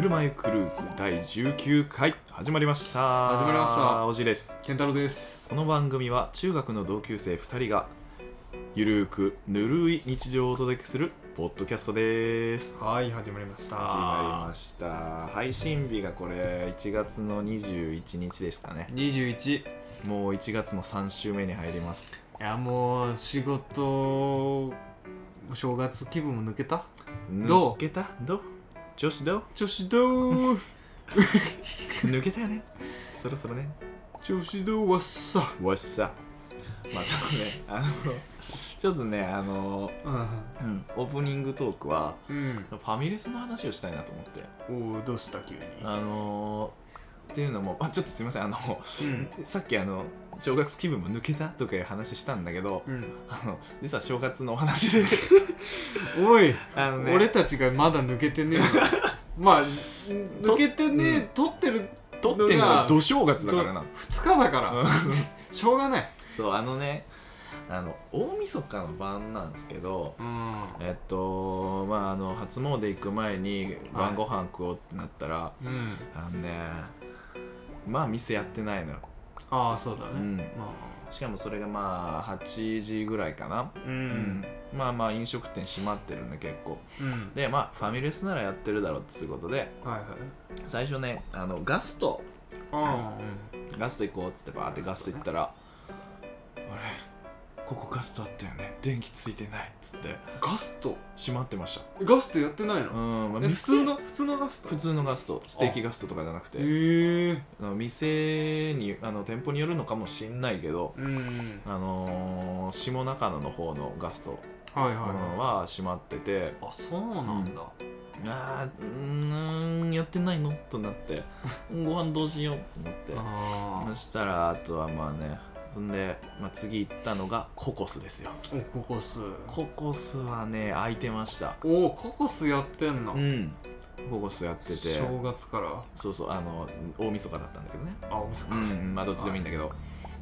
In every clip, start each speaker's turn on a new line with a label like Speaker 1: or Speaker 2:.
Speaker 1: る前クルーズ第19回始まりました
Speaker 2: 始まりました
Speaker 1: おじです
Speaker 2: 健太郎です
Speaker 1: この番組は中学の同級生2人がゆるーくぬるい日常をお届けするポッドキャストです
Speaker 2: はい始まりました
Speaker 1: 始まりました配信日がこれ1月の21日ですかね
Speaker 2: 21い
Speaker 1: もう1月の3週目に入ります
Speaker 2: やもう仕事正月気分も抜けた
Speaker 1: 抜けたどう調子どう
Speaker 2: 調子どう
Speaker 1: 抜けたよね そろそろね
Speaker 2: 調子どうわっさ
Speaker 1: わっさまあちょっとねあのちょっとねあの、
Speaker 2: う
Speaker 1: うん、オープニングトークは
Speaker 2: ん、
Speaker 1: ファミレスの話をしたいなと思って
Speaker 2: うん、おおどうした急に
Speaker 1: あのっていうのもあちょっとすいませんあの
Speaker 2: うん
Speaker 1: さっきあの正月気分も抜けたとかいう話したんだけど、
Speaker 2: うん、
Speaker 1: あの実は正月のお話 で
Speaker 2: おい、
Speaker 1: あのね
Speaker 2: 俺たちがまだ抜けてね えのまあ抜けてねえ、
Speaker 1: うん
Speaker 2: 取ってる
Speaker 1: 撮ってんのがど正月だからな
Speaker 2: 2日だから、
Speaker 1: うん
Speaker 2: しょうがない
Speaker 1: そうあのねあの大晦日の晩なんですけど
Speaker 2: うん
Speaker 1: えっとまああの初詣行く前に晩ご飯食おうってなったら、
Speaker 2: うん
Speaker 1: あのねまあ店やってないのよ
Speaker 2: ああそうだね、
Speaker 1: うん
Speaker 2: ま
Speaker 1: しかもそれがまあ8時ぐらいかな
Speaker 2: あう
Speaker 1: うんまあまあ飲食店閉まってるんで結構
Speaker 2: うん
Speaker 1: でまあファミレスならやってるだろうってことで
Speaker 2: はいはい
Speaker 1: 最初ねあのガスト
Speaker 2: あ
Speaker 1: ガスト行こうっつってバーってガスト行ったら「あれここガストあったよね電気ついてない」っつって
Speaker 2: ガスト
Speaker 1: 閉まってました
Speaker 2: ガストやってないの、
Speaker 1: うん、まあ
Speaker 2: え
Speaker 1: 店
Speaker 2: 普通の普通のガスト
Speaker 1: 普通のガストステーキガストとかじゃなくて
Speaker 2: へえ
Speaker 1: あの店にあの店舗によるのかもしんないけど
Speaker 2: うん
Speaker 1: あのー、下中野の方のガスト
Speaker 2: はいはいは
Speaker 1: は閉まってて、
Speaker 2: いあそうなんだ、
Speaker 1: あーうーんやってないのとなってご飯どうしようと思って
Speaker 2: あ
Speaker 1: そ
Speaker 2: あ
Speaker 1: したらあとはまあねそんで、まあ、次行ったのがココスですよ
Speaker 2: おココス
Speaker 1: ココスはね空いてました
Speaker 2: おおココスやってんの、
Speaker 1: うんココスやってて
Speaker 2: 正月から
Speaker 1: そうそうあの大晦日だったんだけどね
Speaker 2: あおそっ
Speaker 1: う
Speaker 2: か
Speaker 1: んまあどっちでもいいんだけど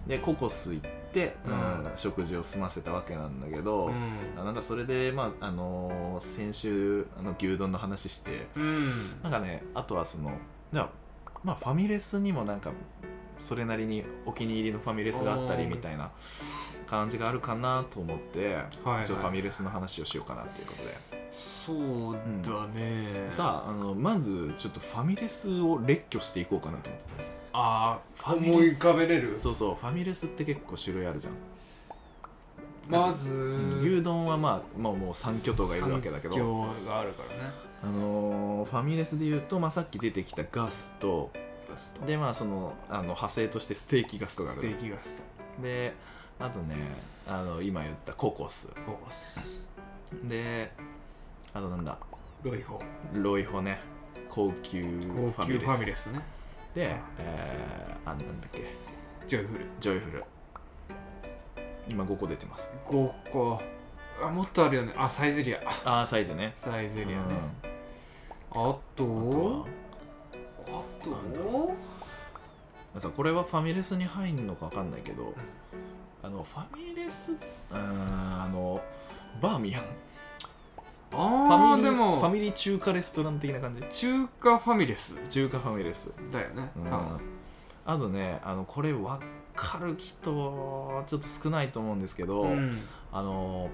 Speaker 1: でココス行って、うん
Speaker 2: うん
Speaker 1: 食事を済ませたわけなんだけど、
Speaker 2: うん
Speaker 1: あなんかそれで、まああのー先週あの牛丼の話して
Speaker 2: うん
Speaker 1: なんかねあとはそのじゃあまあファミレスにもなんかそれなりにお気に入りのファミレスがあったり
Speaker 2: おー
Speaker 1: みたいな感じがあるかなと思って、
Speaker 2: はい、
Speaker 1: ちょっとファ
Speaker 2: はい、
Speaker 1: ミレスの話をしようかなっていうことで、
Speaker 2: そうだね、
Speaker 1: さああのまずちょっとファミレスを列挙していこうかなと思って
Speaker 2: ああ
Speaker 1: ファミレス
Speaker 2: 思い浮かべれる
Speaker 1: そうそうファミレスって結構種類あるじゃん
Speaker 2: まず、
Speaker 1: 牛丼はまあ、まあ、もう3巨頭がいるわけだけど
Speaker 2: 三強があるからね
Speaker 1: あのーファミレスで言うと、まあ、さっき出てきたガスと
Speaker 2: ガスト
Speaker 1: でまあそのあの派生としてステーキガストがあ
Speaker 2: ステ
Speaker 1: る
Speaker 2: ーキガスト
Speaker 1: であとねあの今言ったココス
Speaker 2: ココス
Speaker 1: であとなんだ
Speaker 2: ロイホ
Speaker 1: ロイホね高級フ
Speaker 2: 高
Speaker 1: ァミ
Speaker 2: 級
Speaker 1: レス
Speaker 2: ファミレスね
Speaker 1: で、えー、あなんだっけ
Speaker 2: ジョイフル
Speaker 1: ジョイフル今5個出てます
Speaker 2: 5個あもっとあるよねあサイゼリア
Speaker 1: ああサイズね
Speaker 2: サイゼリアね
Speaker 1: うん、
Speaker 2: あ
Speaker 1: あ
Speaker 2: とあと
Speaker 1: なんだとはさこれはファミレスに入るのか分かんないけどあのファミレスうーんあのバーミヤン
Speaker 2: あ
Speaker 1: ファ
Speaker 2: あ
Speaker 1: ミリ
Speaker 2: で
Speaker 1: ーファ
Speaker 2: も
Speaker 1: ミリー中華レストラン的な感じ
Speaker 2: 中華ファミレス
Speaker 1: 中華ファミレス、
Speaker 2: だよね
Speaker 1: うん
Speaker 2: 多分
Speaker 1: あとねあのこれ分かる人ちょっと少ないと思うんですけど、
Speaker 2: うん
Speaker 1: あの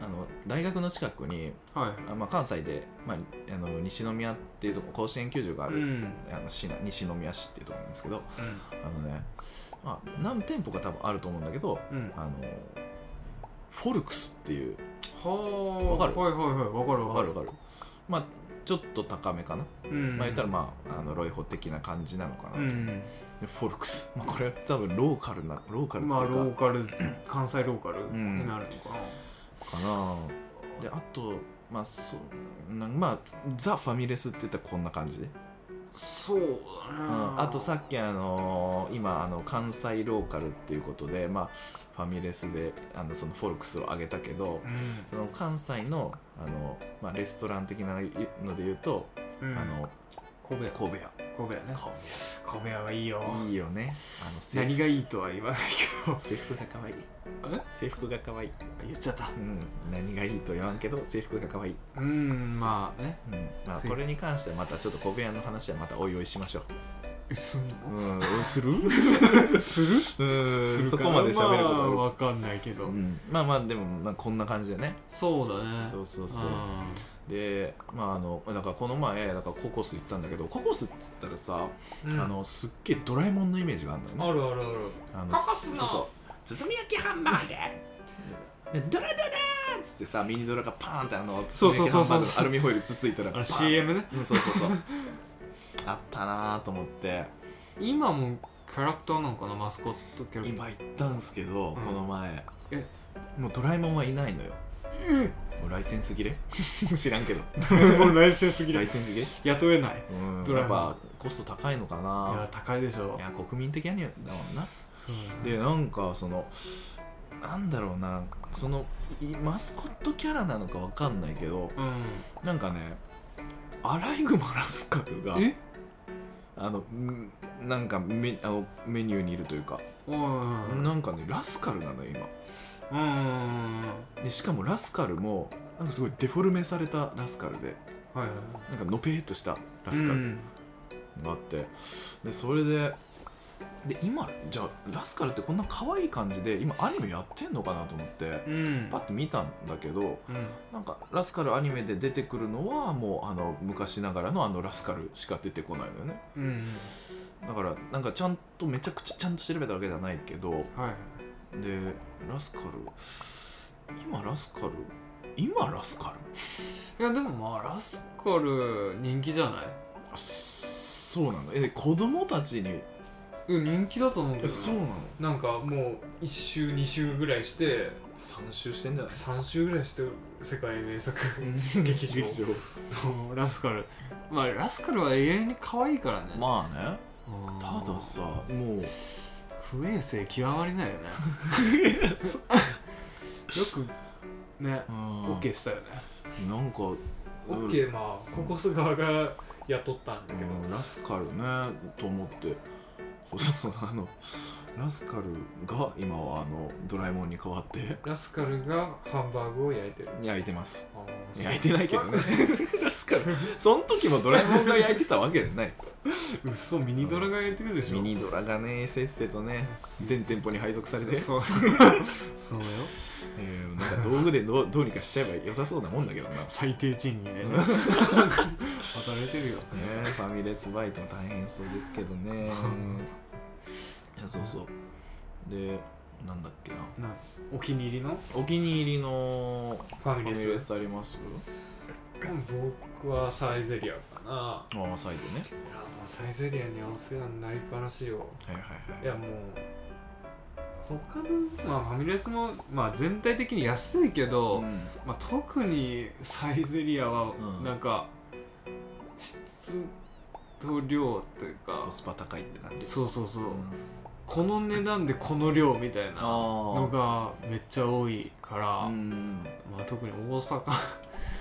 Speaker 1: あの大学の近くに、
Speaker 2: はい
Speaker 1: あまあ、関西で、まあ、あの西宮っていうとこ甲子園球場があ
Speaker 2: う
Speaker 1: る、
Speaker 2: ん
Speaker 1: あの市な西宮市っていうところなんですけどあのね、まあ、何店舗か多分あると思うんだけど
Speaker 2: うんうん
Speaker 1: あのフォルクスっていう
Speaker 2: はあ
Speaker 1: わかる
Speaker 2: はいはいはいわかるわ
Speaker 1: わか
Speaker 2: か
Speaker 1: る
Speaker 2: る
Speaker 1: わかるまあちょっと高めかな、
Speaker 2: うん
Speaker 1: まあ言ったらまああのロイホ的な感じなのかな、
Speaker 2: うん
Speaker 1: でフォルクス、まあ、これは多分ローカルなローカルっていう
Speaker 2: まあ
Speaker 1: か、
Speaker 2: ローカル関西ローカル
Speaker 1: ん
Speaker 2: になるのかな
Speaker 1: かなであとまあそうなまあザ・ファミレスって言ったらこんな感じ、
Speaker 2: そうだ
Speaker 1: う
Speaker 2: ね
Speaker 1: ん、あとさっきあのー今あの関西ローカルっていうことでまあファミレスであのそのフォルクスを挙げたけど
Speaker 2: うん
Speaker 1: その関西のあの、まあ、レストラン的なので言うと、
Speaker 2: うん
Speaker 1: あの
Speaker 2: 神戸
Speaker 1: 神戸屋
Speaker 2: 神戸やね神戸屋はいいよ
Speaker 1: いいよねあの制服
Speaker 2: 何がいいとは言わないけど
Speaker 1: 制服が可愛い制服が可愛い
Speaker 2: 言っちゃった
Speaker 1: うん何がいいと言わんけど制服が可愛い
Speaker 2: うんまあね
Speaker 1: うんまあ
Speaker 2: 制服
Speaker 1: これに関してはまたちょっと小部屋の話はまたおいおいしましょ
Speaker 2: すん
Speaker 1: ううんおいす る
Speaker 2: のする
Speaker 1: うん
Speaker 2: する
Speaker 1: そ
Speaker 2: かな
Speaker 1: こまで喋ること
Speaker 2: まあ
Speaker 1: は
Speaker 2: わかんないけど、
Speaker 1: うん、まあまあでも、まあ、こんな感じでね
Speaker 2: そうだね
Speaker 1: そううそうそうんでまああのだからこの前だからココス行ったんだけどココスっつったらさ、
Speaker 2: うん
Speaker 1: あのすっげえドラえもんのイメージがあるんだよね
Speaker 2: あるあるある
Speaker 1: あの
Speaker 2: ココスの
Speaker 1: そうそう包み焼きハンバーグでドラドラーっつってさミニドラがパーンってあの
Speaker 2: そうそうそうそう
Speaker 1: 包み焼きハンバーグのアルミホイルつついたら
Speaker 2: あの
Speaker 1: パーン
Speaker 2: CM ね
Speaker 1: うんそうそうそうあったなーと思って
Speaker 2: 今もキャラクターなのかなマスコットキャラクター
Speaker 1: 今行ったんすけど、この前
Speaker 2: え
Speaker 1: もうドラえもんはいないのよもうライセンス 切れ知らんけど
Speaker 2: もう内戦すぎ
Speaker 1: ライ
Speaker 2: る
Speaker 1: センス切れ
Speaker 2: 雇えない
Speaker 1: うん
Speaker 2: ドラ
Speaker 1: や
Speaker 2: え
Speaker 1: っ
Speaker 2: もん
Speaker 1: ぱコスト高いのか
Speaker 2: いや
Speaker 1: な
Speaker 2: 高いでしょ
Speaker 1: いや国民的アニメだもんな
Speaker 2: そうだね
Speaker 1: でなんかそのなんだろうなそのいマスコットキャラなのかわかんないけど
Speaker 2: うん
Speaker 1: なんかねアライグマラスカルが
Speaker 2: え
Speaker 1: あのんなんかメあのメニューにいるというか、
Speaker 2: うんうん
Speaker 1: なんかねラスカルなのよ
Speaker 2: うん
Speaker 1: 今でしかもラスカルもなんかすごいデフォルメされたラスカルで
Speaker 2: はいはい
Speaker 1: なんかのぺーっとしたラ
Speaker 2: ラ
Speaker 1: ス
Speaker 2: ス
Speaker 1: カ
Speaker 2: カ
Speaker 1: ルがあって、でそれでで今じゃあラスカルってこんな可愛い感じで今アニメやってんのかなと思って
Speaker 2: うん
Speaker 1: パッて見たんだけどなんかラスカルアニメで出てくるのはもうあの昔ながらのあのラスカルしか出てこないのよね
Speaker 2: うんうん
Speaker 1: だからなんかちゃんとめちゃくちゃちゃんと調べたわけじゃないけど
Speaker 2: はい
Speaker 1: でラスカル今ラスカル今ラスカル
Speaker 2: いやでもまあラスカル人気じゃない
Speaker 1: あそそうなのえで子供たちに
Speaker 2: うん人気だと思うけど
Speaker 1: え
Speaker 2: ね
Speaker 1: そうなの
Speaker 2: なんかもう1週2週ぐらいして
Speaker 1: 参集してんじゃない
Speaker 2: 3週ぐらいして世界名作
Speaker 1: 劇
Speaker 2: 劇
Speaker 1: 場
Speaker 2: 場のラスカルまあラスカルは永遠に可愛いからね、
Speaker 1: まあね
Speaker 2: うん
Speaker 1: たださもう
Speaker 2: 不衛生極まりないよね よくねオッケーしたよね
Speaker 1: ーなんか
Speaker 2: オッケーまあココス側が雇ったんだけど、
Speaker 1: うんラスカルねと思ってそうそうそうあのラスカルが今はあのドラえもんに変わって
Speaker 2: ラスカルがハンバーグを焼いてる
Speaker 1: 焼いてます
Speaker 2: あー
Speaker 1: 焼いてないけどね ラスカルその時もドラえもんが焼いてたわけじゃない
Speaker 2: 嘘ミニドラが焼いてるでしょ
Speaker 1: ミニドラがねせっせとね全店舗に配属されて、
Speaker 2: そうそうよ
Speaker 1: えーなんか道具でどうどうにかしちゃえば良さそうなもん だけどな、ね、
Speaker 2: 最低賃金で
Speaker 1: うん
Speaker 2: ね 働いてるよ
Speaker 1: ファミレスバイトも大変そうですけどねいやそうそうでなんだっけな
Speaker 2: なお気に入りの
Speaker 1: お気に入りの
Speaker 2: ファ
Speaker 1: フ
Speaker 2: ミ
Speaker 1: ァ
Speaker 2: レ
Speaker 1: ミ
Speaker 2: ス
Speaker 1: レスあります
Speaker 2: 僕はサイゼリアかな
Speaker 1: ああサイズね
Speaker 2: いやもうサイゼリアにお世話になりっぱなしよ
Speaker 1: はいはいはい
Speaker 2: いやもう他の、まあ、ファミレスも、まあ、全体的に安いけど、
Speaker 1: う
Speaker 2: まあ、特にサイゼリアは
Speaker 1: うん
Speaker 2: なんか、質と量というか
Speaker 1: ん、コスパ高いって感じ
Speaker 2: そうそうそう、
Speaker 1: うん
Speaker 2: この値段でこの量みたいなの
Speaker 1: あ
Speaker 2: がめっちゃ多いから、
Speaker 1: あうん
Speaker 2: まあ、特に大阪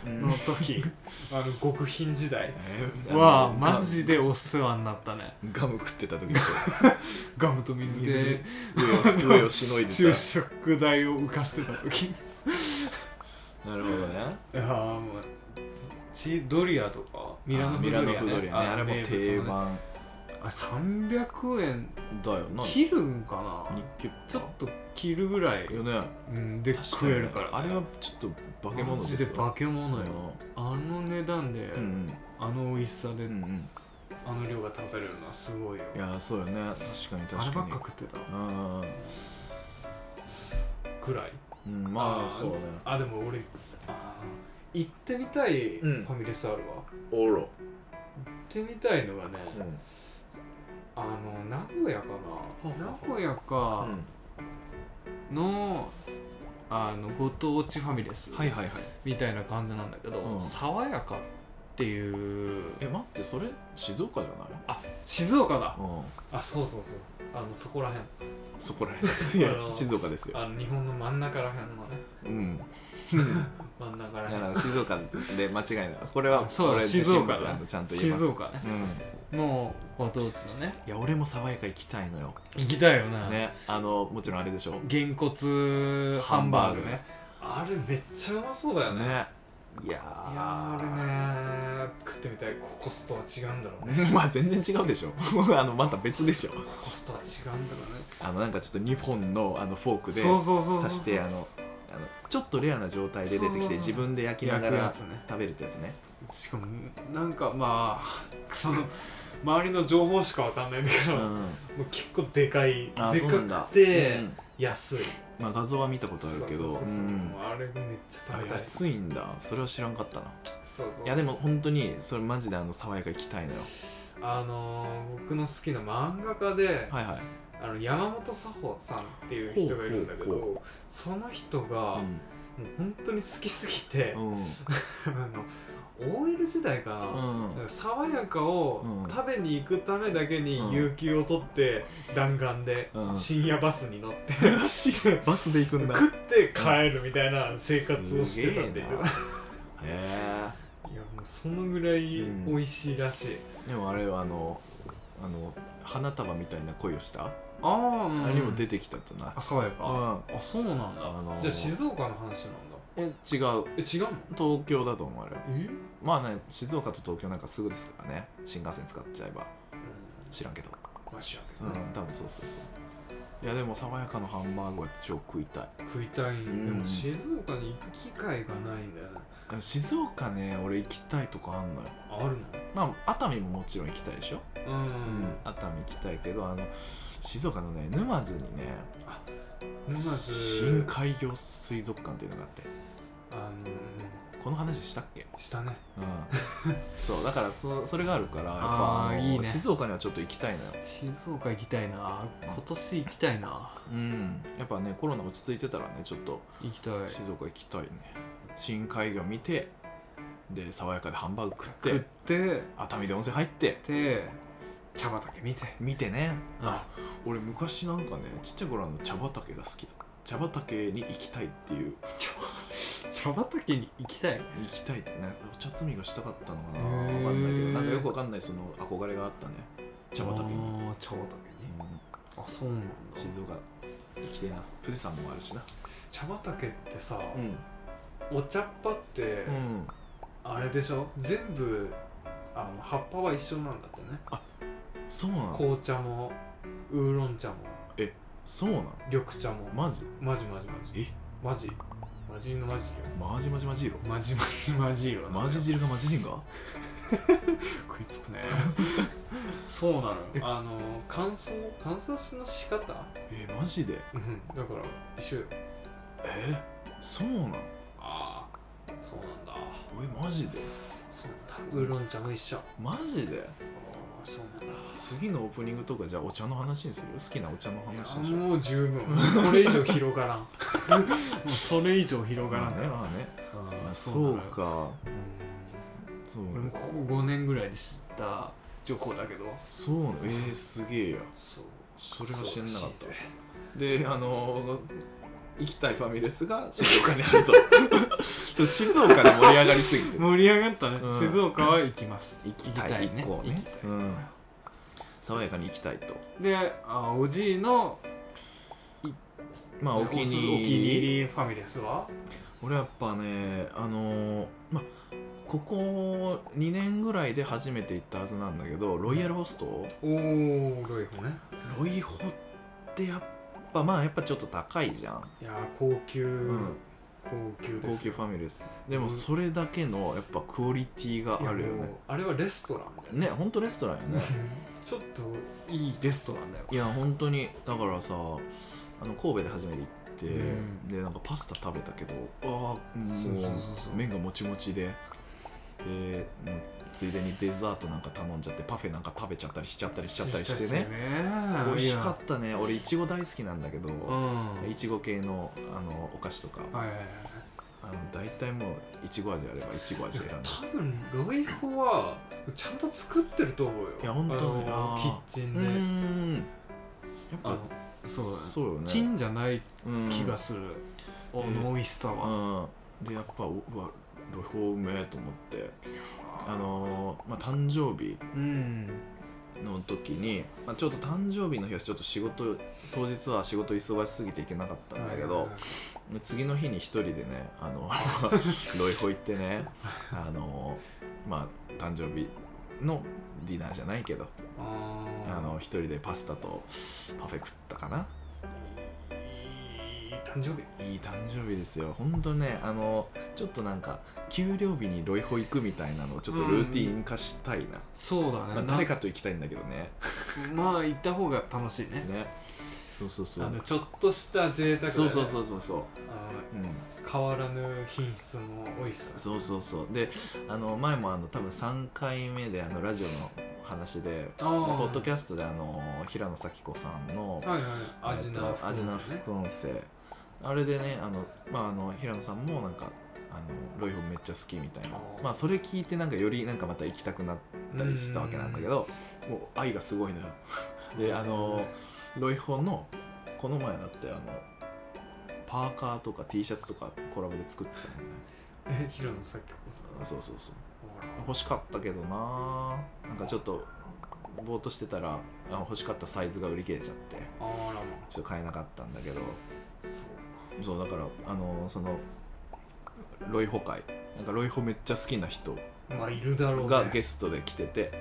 Speaker 1: うん
Speaker 2: の時 あの極貧時代
Speaker 1: えー
Speaker 2: は
Speaker 1: あの
Speaker 2: マジでお世話になったね
Speaker 1: ガムガム食ってた時でし
Speaker 2: ガムと 水
Speaker 1: 水
Speaker 2: で
Speaker 1: でょ上を上をしのいで
Speaker 2: 昼
Speaker 1: た
Speaker 2: 食代を浮かしてた時い
Speaker 1: なるほどね
Speaker 2: やーもうチドリアとかミラノフドリア
Speaker 1: あミラノフド
Speaker 2: ね
Speaker 1: リアねあれも
Speaker 2: 名物のね
Speaker 1: 定番
Speaker 2: あ300円
Speaker 1: だよな日
Speaker 2: 切るんかな
Speaker 1: 給
Speaker 2: ちょっと切るぐらい、
Speaker 1: よね
Speaker 2: うん、で
Speaker 1: 確か
Speaker 2: 食
Speaker 1: に
Speaker 2: えるから、
Speaker 1: あれはちょっと化け
Speaker 2: マ
Speaker 1: 物で
Speaker 2: ジ
Speaker 1: す
Speaker 2: で化け物よあの値段で、
Speaker 1: うんうん
Speaker 2: あの美味しさで、
Speaker 1: うんうん
Speaker 2: あの量が食べれるのはすごいよ
Speaker 1: いやーそうよね確かに確かに
Speaker 2: あればっか食ってた
Speaker 1: うん
Speaker 2: ぐらい
Speaker 1: うんま
Speaker 2: ー
Speaker 1: あそうね
Speaker 2: あでも俺あー行ってみたいフ
Speaker 1: うん
Speaker 2: ァミレスあるわ、
Speaker 1: オロ
Speaker 2: 行ってみたいのがね、
Speaker 1: うん
Speaker 2: あの名古屋か
Speaker 1: ほう
Speaker 2: な
Speaker 1: ほう
Speaker 2: 名古屋かの、あのご当地ファミレス
Speaker 1: はいはいはい
Speaker 2: みたいな感じなんだけど、
Speaker 1: うん
Speaker 2: 爽やかっていう
Speaker 1: え待ってそれ静岡じゃない
Speaker 2: 静岡だ
Speaker 1: うん
Speaker 2: あそうそうそうそうあのそこら辺
Speaker 1: そこら 辺い
Speaker 2: あの
Speaker 1: や静岡ですよ
Speaker 2: あの日本の真ん中ら辺のね
Speaker 1: うん
Speaker 2: 真ん中ら
Speaker 1: だ
Speaker 2: 辺
Speaker 1: から静岡で間違いないこれは
Speaker 2: そうだ
Speaker 1: 俺
Speaker 2: 静岡だ
Speaker 1: 自信持ってあのちゃんと言いま
Speaker 2: 静
Speaker 1: す
Speaker 2: 岡ね
Speaker 1: う
Speaker 2: のご当地のね
Speaker 1: いや俺も爽やか行きたいのよ、
Speaker 2: 行きたいよな、
Speaker 1: ねあのもちろんあれでしょ
Speaker 2: げんこつハンバーグねあれめっちゃうまそうだよね
Speaker 1: ねいや
Speaker 2: いやーあれね食ってみたいココスとは違うんだろうね
Speaker 1: ね まあ全然違うでしょ あのまた別でしょ
Speaker 2: ココスとは違うんだろうね
Speaker 1: あのなんかちょっと2本のあのフォークで
Speaker 2: そうそうそうそうそう
Speaker 1: 刺してあのあのちょっとレアな状態で出て
Speaker 2: そうそ
Speaker 1: き
Speaker 2: うそ
Speaker 1: て
Speaker 2: う
Speaker 1: 自分で焼きなが
Speaker 2: 焼くや
Speaker 1: ら
Speaker 2: つね
Speaker 1: 食べるってやつね
Speaker 2: しかもなんかまあその周りの情報しかわかんないんだけ
Speaker 1: う
Speaker 2: ど、も
Speaker 1: ん
Speaker 2: う結構でかいで
Speaker 1: あそうな
Speaker 2: か
Speaker 1: んだ
Speaker 2: くて、
Speaker 1: うん
Speaker 2: 安い
Speaker 1: まあ画像は見たことあるけ
Speaker 2: そうそ
Speaker 1: ど
Speaker 2: うそうそう
Speaker 1: うん
Speaker 2: もうあれめっちゃ食
Speaker 1: あ
Speaker 2: べたい
Speaker 1: 安いんだそれは知らんかったな
Speaker 2: そうそう
Speaker 1: いやでも本当にそれマジであの爽やか行きたいのよ
Speaker 2: あのー、僕の好きな漫画家で、
Speaker 1: はいはい
Speaker 2: あの山本佐穂さんっていう人がいるんだけど
Speaker 1: ほうほう
Speaker 2: その人が、もう本当に好きすぎて、
Speaker 1: うん
Speaker 2: あの OL 時代かな、
Speaker 1: うん
Speaker 2: なんか爽やかを
Speaker 1: うん
Speaker 2: 食べに行くためだけに
Speaker 1: うん
Speaker 2: 有給を取って弾丸で
Speaker 1: うん
Speaker 2: 深夜バスに乗って
Speaker 1: バスで行くんだ
Speaker 2: 食って帰るみたいな生活をしてたんだ
Speaker 1: すげ
Speaker 2: よ
Speaker 1: え
Speaker 2: いや
Speaker 1: な
Speaker 2: もう
Speaker 1: へ
Speaker 2: そのぐらい
Speaker 1: うん
Speaker 2: 美味しいらしい、
Speaker 1: えでもあれはあのあの花束みたいな恋をした、
Speaker 2: ああ、
Speaker 1: あれにも出てきたってな
Speaker 2: あ爽やか、
Speaker 1: う
Speaker 2: あそうなんだ、
Speaker 1: あのー
Speaker 2: じゃあ静岡の話なんだ
Speaker 1: え違う
Speaker 2: え違うの
Speaker 1: 東京だと思われる
Speaker 2: え
Speaker 1: まあね静岡と東京なんかすぐですからね新幹線使っちゃえば知らんけど
Speaker 2: マジやけ
Speaker 1: う
Speaker 2: ど
Speaker 1: ん
Speaker 2: ね、
Speaker 1: 多分そうそうそういやでも爽やかのハンバーグは超食いたい
Speaker 2: 食いたい、
Speaker 1: ん
Speaker 2: でも静岡に行く機会がないんだよね
Speaker 1: でも静岡ね俺行きたいとこあんのよ
Speaker 2: あるの
Speaker 1: まあ熱海ももちろん行きたいでしょ、
Speaker 2: うん、
Speaker 1: 熱海行きたいけどあの静岡のね沼津にね
Speaker 2: 沼津
Speaker 1: 新海魚水族館っていうのがあって
Speaker 2: あ
Speaker 1: この話したっけ、
Speaker 2: のしたね
Speaker 1: うん、そうだからそそれがあるからやっぱ
Speaker 2: あー
Speaker 1: の
Speaker 2: いいね
Speaker 1: 静岡にはちょっと行きたいのよ
Speaker 2: 静岡行きたいな今年行きたいな
Speaker 1: うんやっぱねコロナ落ち着いてたらねちょっと
Speaker 2: 行きたい
Speaker 1: 静岡行きたいね深海魚見てで爽やかでハンバーグ食って
Speaker 2: 食って
Speaker 1: 熱海で温泉入って
Speaker 2: で茶畑見て
Speaker 1: 見てね
Speaker 2: あ
Speaker 1: 俺昔なんかねちっちゃい頃あの茶畑が好きだ茶畑に行きたいっていう
Speaker 2: 茶畑に行きたい
Speaker 1: 行きたいってねお茶摘みがしたかったのかな
Speaker 2: へー
Speaker 1: 分かんないけどなんかよく分かんないその憧れがあったね茶畑に、うん
Speaker 2: あー茶畑にあそうなんだ
Speaker 1: 静岡行きてえな富士山もあるしな
Speaker 2: 茶畑ってさ、
Speaker 1: ん、
Speaker 2: お茶っ葉って、
Speaker 1: うん、
Speaker 2: あれでしょ全部あの葉っぱは一緒なんだってね
Speaker 1: そうなの
Speaker 2: 紅茶もウーロン茶も
Speaker 1: そうなの
Speaker 2: 緑茶も、
Speaker 1: マジ
Speaker 2: マジマジマジ
Speaker 1: え
Speaker 2: マジマジのマジよ
Speaker 1: マジマジマジ色
Speaker 2: マジマジマジよ
Speaker 1: マジ汁がマジ人が
Speaker 2: 食いつくね そうなのよ
Speaker 1: え
Speaker 2: あの乾燥乾燥の仕方
Speaker 1: えーマジで
Speaker 2: うんだから一緒よ
Speaker 1: えー、そうなん
Speaker 2: ああそうなんだ
Speaker 1: えマジで
Speaker 2: そうなんだウーロン茶も一緒あ
Speaker 1: マジで
Speaker 2: あそうなんだ
Speaker 1: 次のオープニングとかじゃあお茶の話にする好きなお茶の話にしよ
Speaker 2: い
Speaker 1: う
Speaker 2: やもう十分これ以上広がらんも うそれ以上広がら
Speaker 1: まあ
Speaker 2: んか
Speaker 1: ね
Speaker 2: ら
Speaker 1: まあね
Speaker 2: あ
Speaker 1: あ
Speaker 2: あ
Speaker 1: そう
Speaker 2: なのよ
Speaker 1: か
Speaker 2: うん
Speaker 1: そう
Speaker 2: 俺もここ5年ぐらいで知った情報だけど
Speaker 1: そうなのえー、すげえや
Speaker 2: そう
Speaker 1: それは知らなかっ
Speaker 2: そうらしいぜ
Speaker 1: たであのー行きたいファミレスが静岡にあ るとちょっと静岡で盛り上がりすぎて
Speaker 2: 盛り上がったね、
Speaker 1: うん
Speaker 2: 静岡は行きます
Speaker 1: 行きた
Speaker 2: 行き
Speaker 1: い
Speaker 2: たいね
Speaker 1: 行こう
Speaker 2: 行
Speaker 1: ね
Speaker 2: きたい
Speaker 1: うん爽やかに行きたいと
Speaker 2: であおじいの
Speaker 1: まあお気に入り
Speaker 2: お気に入りファミレスは
Speaker 1: 俺やっぱねあのーまあここ2年ぐらいで初めて行ったはずなんだけどロイヤルホスト
Speaker 2: おおロイホね
Speaker 1: ロイホってやっぱまあやっぱちょっと高いじゃん、
Speaker 2: いやー高級、
Speaker 1: うん、
Speaker 2: 高級で
Speaker 1: 高
Speaker 2: す
Speaker 1: 級ファミレスで
Speaker 2: う
Speaker 1: も
Speaker 2: ん
Speaker 1: それだけのやっぱクオリティがあ
Speaker 2: いや
Speaker 1: るよね
Speaker 2: もうあれはレストランだよ
Speaker 1: ねほんとレストランよね
Speaker 2: ちょっといいレストランだよ
Speaker 1: いや本当にだからさあの神戸で初めて行って、
Speaker 2: うん
Speaker 1: でなんかパスタ食べたけどああ
Speaker 2: そうそう
Speaker 1: もう
Speaker 2: そうそう
Speaker 1: 麺がもちもちででもうついでにデザートなんか頼んじゃってパフェなんか食べちゃったりしちゃったりしちゃったりしてね美味しか
Speaker 2: た
Speaker 1: ったね俺いちご大好きなんだけど
Speaker 2: うん
Speaker 1: いちご系のあのお菓子とか
Speaker 2: はいはいはい
Speaker 1: あの大体もういちご味あればいちご味選んで
Speaker 2: 多分ロイホはちゃんと作ってると思うよ
Speaker 1: いや本当に
Speaker 2: あの
Speaker 1: あー
Speaker 2: キッチン
Speaker 1: う
Speaker 2: で、
Speaker 1: んやっ
Speaker 2: あ
Speaker 1: ぱ
Speaker 2: のそうだね
Speaker 1: そうよね
Speaker 2: チンじゃない
Speaker 1: うん
Speaker 2: 気がする、
Speaker 1: うん
Speaker 2: あの美味しさは、
Speaker 1: うん、でやっぱおうわロイホうめえと思ってあのーまあ誕生日
Speaker 2: うん
Speaker 1: の時に、まあ、ちょっと誕生日の日はちょっと仕事当日は仕事忙しすぎて行けなかったんだけど、次の日に一人でねあの ロイホ行ってねあのまあ誕生日のディナーじゃないけど
Speaker 2: あ
Speaker 1: あ
Speaker 2: ー
Speaker 1: の一人でパスタとパフェ食ったかない
Speaker 2: い誕生日
Speaker 1: いい誕生日ですよほんとねあのちょっとなんか給料日にロイホ行くみたいなのをちょっとルーティン化したいな、
Speaker 2: そうだね、
Speaker 1: まあ、
Speaker 2: な
Speaker 1: 誰かと行きたいんだけどね
Speaker 2: まあ行った方が楽しいね
Speaker 1: ねそうそうそ
Speaker 2: あの
Speaker 1: う
Speaker 2: ちょっとした贅沢だ、ね、
Speaker 1: そうそうそううそうそう、
Speaker 2: あの
Speaker 1: うん、
Speaker 2: 変わらぬ品質の美味しさ
Speaker 1: そうそうそうであの前もあの多分3回目であのラジオの話で
Speaker 2: あ
Speaker 1: ポ
Speaker 2: ー
Speaker 1: ッドキャストであの平野咲子さんの
Speaker 2: はいはい
Speaker 1: えっ
Speaker 2: 味な
Speaker 1: とアジナ副音声あれでねあの、まあ、あの平野さんもなんかあのロイホンめっちゃ好きみたいな
Speaker 2: あー
Speaker 1: まあ、それ聞いてなんかよりなんかまた行きたくなったりしたわけなんだけどもう愛がすごいのよであのロイホンのこの前だってあのパーカーとか T シャツとかコラボで作ってたもんね
Speaker 2: え平野咲子さん
Speaker 1: あそうそうそう
Speaker 2: ほら
Speaker 1: 欲しかったけどななんかちょっとぼーっとしてたらあ欲しかったサイズが売り切れちゃって
Speaker 2: あらま
Speaker 1: ちょっと買えなかったんだけど
Speaker 2: そう
Speaker 1: そうだからあのそのロイホ会なんかロイホめっちゃ好きな人
Speaker 2: かまあいるだろうね
Speaker 1: がゲストで来てて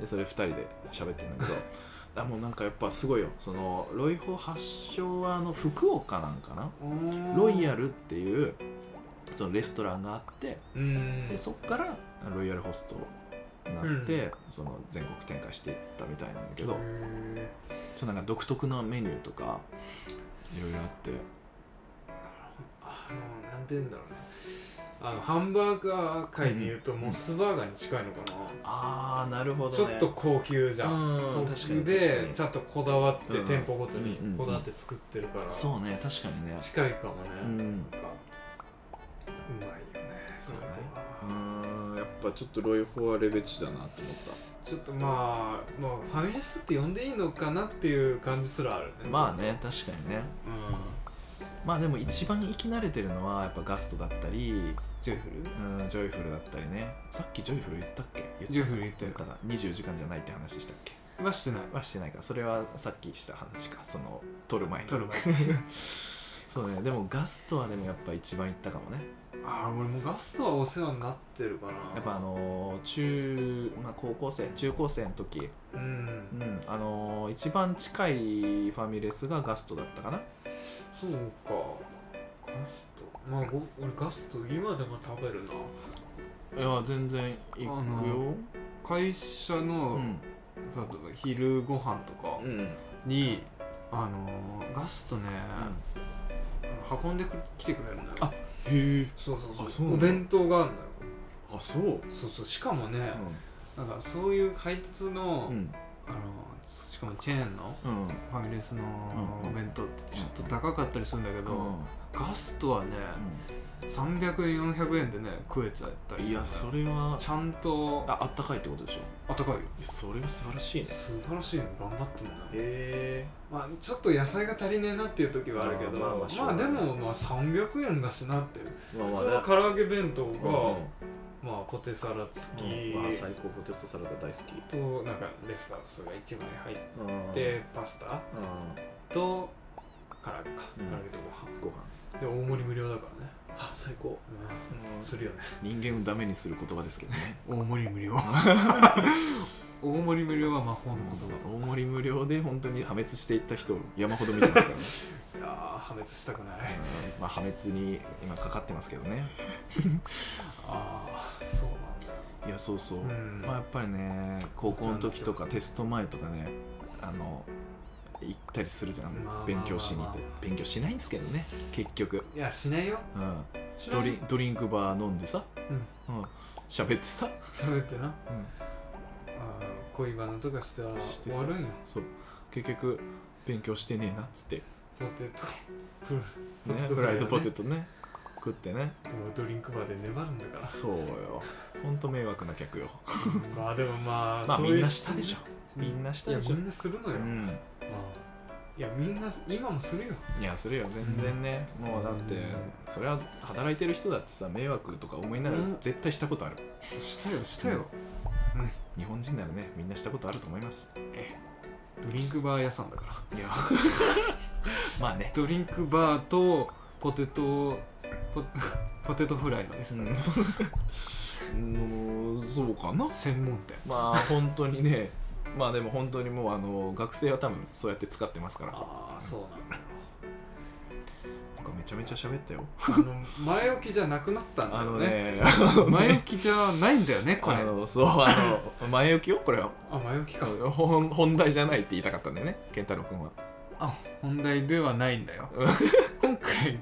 Speaker 1: でそれ2人で喋ってるんだけどあもうなんかやっぱすごいよそのロイホ発祥はあの福岡なんかなロイヤ
Speaker 2: ル
Speaker 1: ルっていうそのレストランがあって
Speaker 2: うん
Speaker 1: でそっからロイヤルホストになって、その全国展開していったみたいなんだけど、
Speaker 2: へー
Speaker 1: そうなんか独特なメニューとかいろいろあって
Speaker 2: あのなんて言うんだろうねあのハンバーガー界で言うとモスバーガーに近いのかな、
Speaker 1: ああなるほ
Speaker 2: ちょっと高級じゃん、
Speaker 1: うん
Speaker 2: 高
Speaker 1: 確かに
Speaker 2: 級
Speaker 1: 確か
Speaker 2: で
Speaker 1: に
Speaker 2: ちゃんとこだわって、
Speaker 1: うん
Speaker 2: 店舗ごとに
Speaker 1: うんうんうん
Speaker 2: こだわって作ってるから、
Speaker 1: そうね確かにね
Speaker 2: 近いかもね、
Speaker 1: うん
Speaker 2: なんかうまいよね
Speaker 1: そうね
Speaker 2: こは
Speaker 1: うんやっぱちょっとロイホはレベチだなと思っ
Speaker 2: ちょっとまあ、まあ、ファミレスって呼んでいいのかなっていう感じすらあるね
Speaker 1: たまあね確かにね
Speaker 2: うん
Speaker 1: まあでも一番生き慣れてるのはやっぱガストだったり
Speaker 2: ジョイフル
Speaker 1: うんジョイフルだったりねさっきジョイフル言ったっけ言った
Speaker 2: ジョイフル言った
Speaker 1: 言
Speaker 2: よ
Speaker 1: ったら20時間じゃないって話したっけ
Speaker 2: はしてない
Speaker 1: はしてないかそれはさっきした話かその撮る前に
Speaker 2: 取る前
Speaker 1: そうねでもガストはでもやっぱ一番行ったかもね
Speaker 2: ああ俺もうガストはお世話になってるかな
Speaker 1: やっぱあのー中、まあ、高校生中高生の時、
Speaker 2: うん
Speaker 1: うんあのー一番近いファミレスがガストだったかな
Speaker 2: そうかガストまあご俺ガスト今でも食べるない
Speaker 1: や全然行くよ、
Speaker 2: あの会社の、
Speaker 1: うん
Speaker 2: 例えば昼ご飯とか
Speaker 1: うん
Speaker 2: に、あのーガストね、あの運んでく来てくれるんだよ
Speaker 1: あへえ
Speaker 2: そうそうそう
Speaker 1: あそうなん
Speaker 2: お
Speaker 1: だ
Speaker 2: 弁当があるんだよ
Speaker 1: あそう
Speaker 2: そうそうしかもね、
Speaker 1: う
Speaker 2: なんかそういう配達の、
Speaker 1: ん
Speaker 2: あのしかもチェーンの
Speaker 1: うん
Speaker 2: ファミレスの
Speaker 1: うん
Speaker 2: お弁当ってちょっと高かったりするんだけ
Speaker 1: う
Speaker 2: ど、
Speaker 1: ん
Speaker 2: ガストはね300円400円でね食えちゃった
Speaker 1: う
Speaker 2: り
Speaker 1: ん
Speaker 2: す
Speaker 1: い
Speaker 2: るんだよ
Speaker 1: やそれは
Speaker 2: ちゃんと
Speaker 1: ああったかいってことでしょ
Speaker 2: あったかいよ
Speaker 1: それは素晴らしい
Speaker 2: 素晴らしいの頑張ってんだね
Speaker 1: へえ
Speaker 2: まあちょっと野菜が足りねえなっていう時はあるけど
Speaker 1: まあまあま
Speaker 2: ま
Speaker 1: あ
Speaker 2: あでもまあ300円だしなっていう
Speaker 1: ま
Speaker 2: 普
Speaker 1: あまあ
Speaker 2: 通の
Speaker 1: ね
Speaker 2: 唐揚げ弁当
Speaker 1: うん
Speaker 2: がまあポテサラ付き
Speaker 1: うんまあ最高ポテトサラダ大好き
Speaker 2: となんかレスタスが1枚入っ
Speaker 1: うん
Speaker 2: てパスタ
Speaker 1: う
Speaker 2: と唐揚げか
Speaker 1: うん
Speaker 2: 唐揚げと
Speaker 1: んご飯
Speaker 2: ご飯で大盛り無料だからね
Speaker 1: あ最高
Speaker 2: うんするよね
Speaker 1: 人間をダメにする言葉ですけどね
Speaker 2: 大盛り無 料大盛り無料は魔法の言葉
Speaker 1: 大盛り無料で本当に破滅していった人山ほど見てますからね、
Speaker 2: いやー破滅したくない
Speaker 1: うんまあ破滅に今かかってますけどね
Speaker 2: ああそうなんだ
Speaker 1: いやそうそう、
Speaker 2: うん
Speaker 1: まあやっぱりね高校の時とかテスト前とかねあの行ったりするじゃん、
Speaker 2: まあまあまあ
Speaker 1: 勉強しに行って勉強しないんですけどね結局、
Speaker 2: いやしないよ
Speaker 1: うん、
Speaker 2: しな
Speaker 1: ド
Speaker 2: い
Speaker 1: リドリンクバー飲んでさ
Speaker 2: うん
Speaker 1: うん喋ってさ、
Speaker 2: 喋ってなあー恋バナとかしたら
Speaker 1: して
Speaker 2: 終
Speaker 1: さ
Speaker 2: わるんよ
Speaker 1: そう結局勉強してねえなっつって、
Speaker 2: ポテト フルポ
Speaker 1: ね
Speaker 2: テト
Speaker 1: フ
Speaker 2: フ
Speaker 1: ラ
Speaker 2: ライ
Speaker 1: イド
Speaker 2: ドね
Speaker 1: ポテトね食ってね
Speaker 2: でもドリンクバーで粘るんだから
Speaker 1: そうよほんと迷惑な客よ
Speaker 2: まあでもまあ
Speaker 1: まあ
Speaker 2: そう
Speaker 1: み
Speaker 2: いうん
Speaker 1: なしたでしょみんなし
Speaker 2: い
Speaker 1: た
Speaker 2: や
Speaker 1: でしょ
Speaker 2: みんなするのよ、
Speaker 1: う
Speaker 2: ま
Speaker 1: ん
Speaker 2: あいやみんな今もするよ
Speaker 1: いやするよ全然ね、もうだって、
Speaker 2: うん
Speaker 1: それは働いてる人だってさ迷惑とか思いながら
Speaker 2: うん
Speaker 1: 絶対したことある、
Speaker 2: したよしたよ、うん
Speaker 1: 日本人ならねみんなしたことあると思います
Speaker 2: ドリンクバー屋さんだから
Speaker 1: いや まあね
Speaker 2: ドリンクバーとポテトポ ポテトフライのですね、
Speaker 1: うんそうかな
Speaker 2: 専門店
Speaker 1: まあ本当にねまあでも本当にもうあの学生は多分そうやって使ってますから
Speaker 2: ああそうなんだ
Speaker 1: なんかめちゃめちゃ喋ったよ
Speaker 2: あの前置きじゃなくなったんだ
Speaker 1: あ
Speaker 2: よ
Speaker 1: の
Speaker 2: ね
Speaker 1: ねあの ね
Speaker 2: 前置きじゃないんだよねこれ
Speaker 1: あのそうあの前置きよこれは
Speaker 2: あ前置きか
Speaker 1: 本本題じゃないって言いたかったんだよね健太郎君は
Speaker 2: あ本題ではないんだよ
Speaker 1: うん
Speaker 2: 今回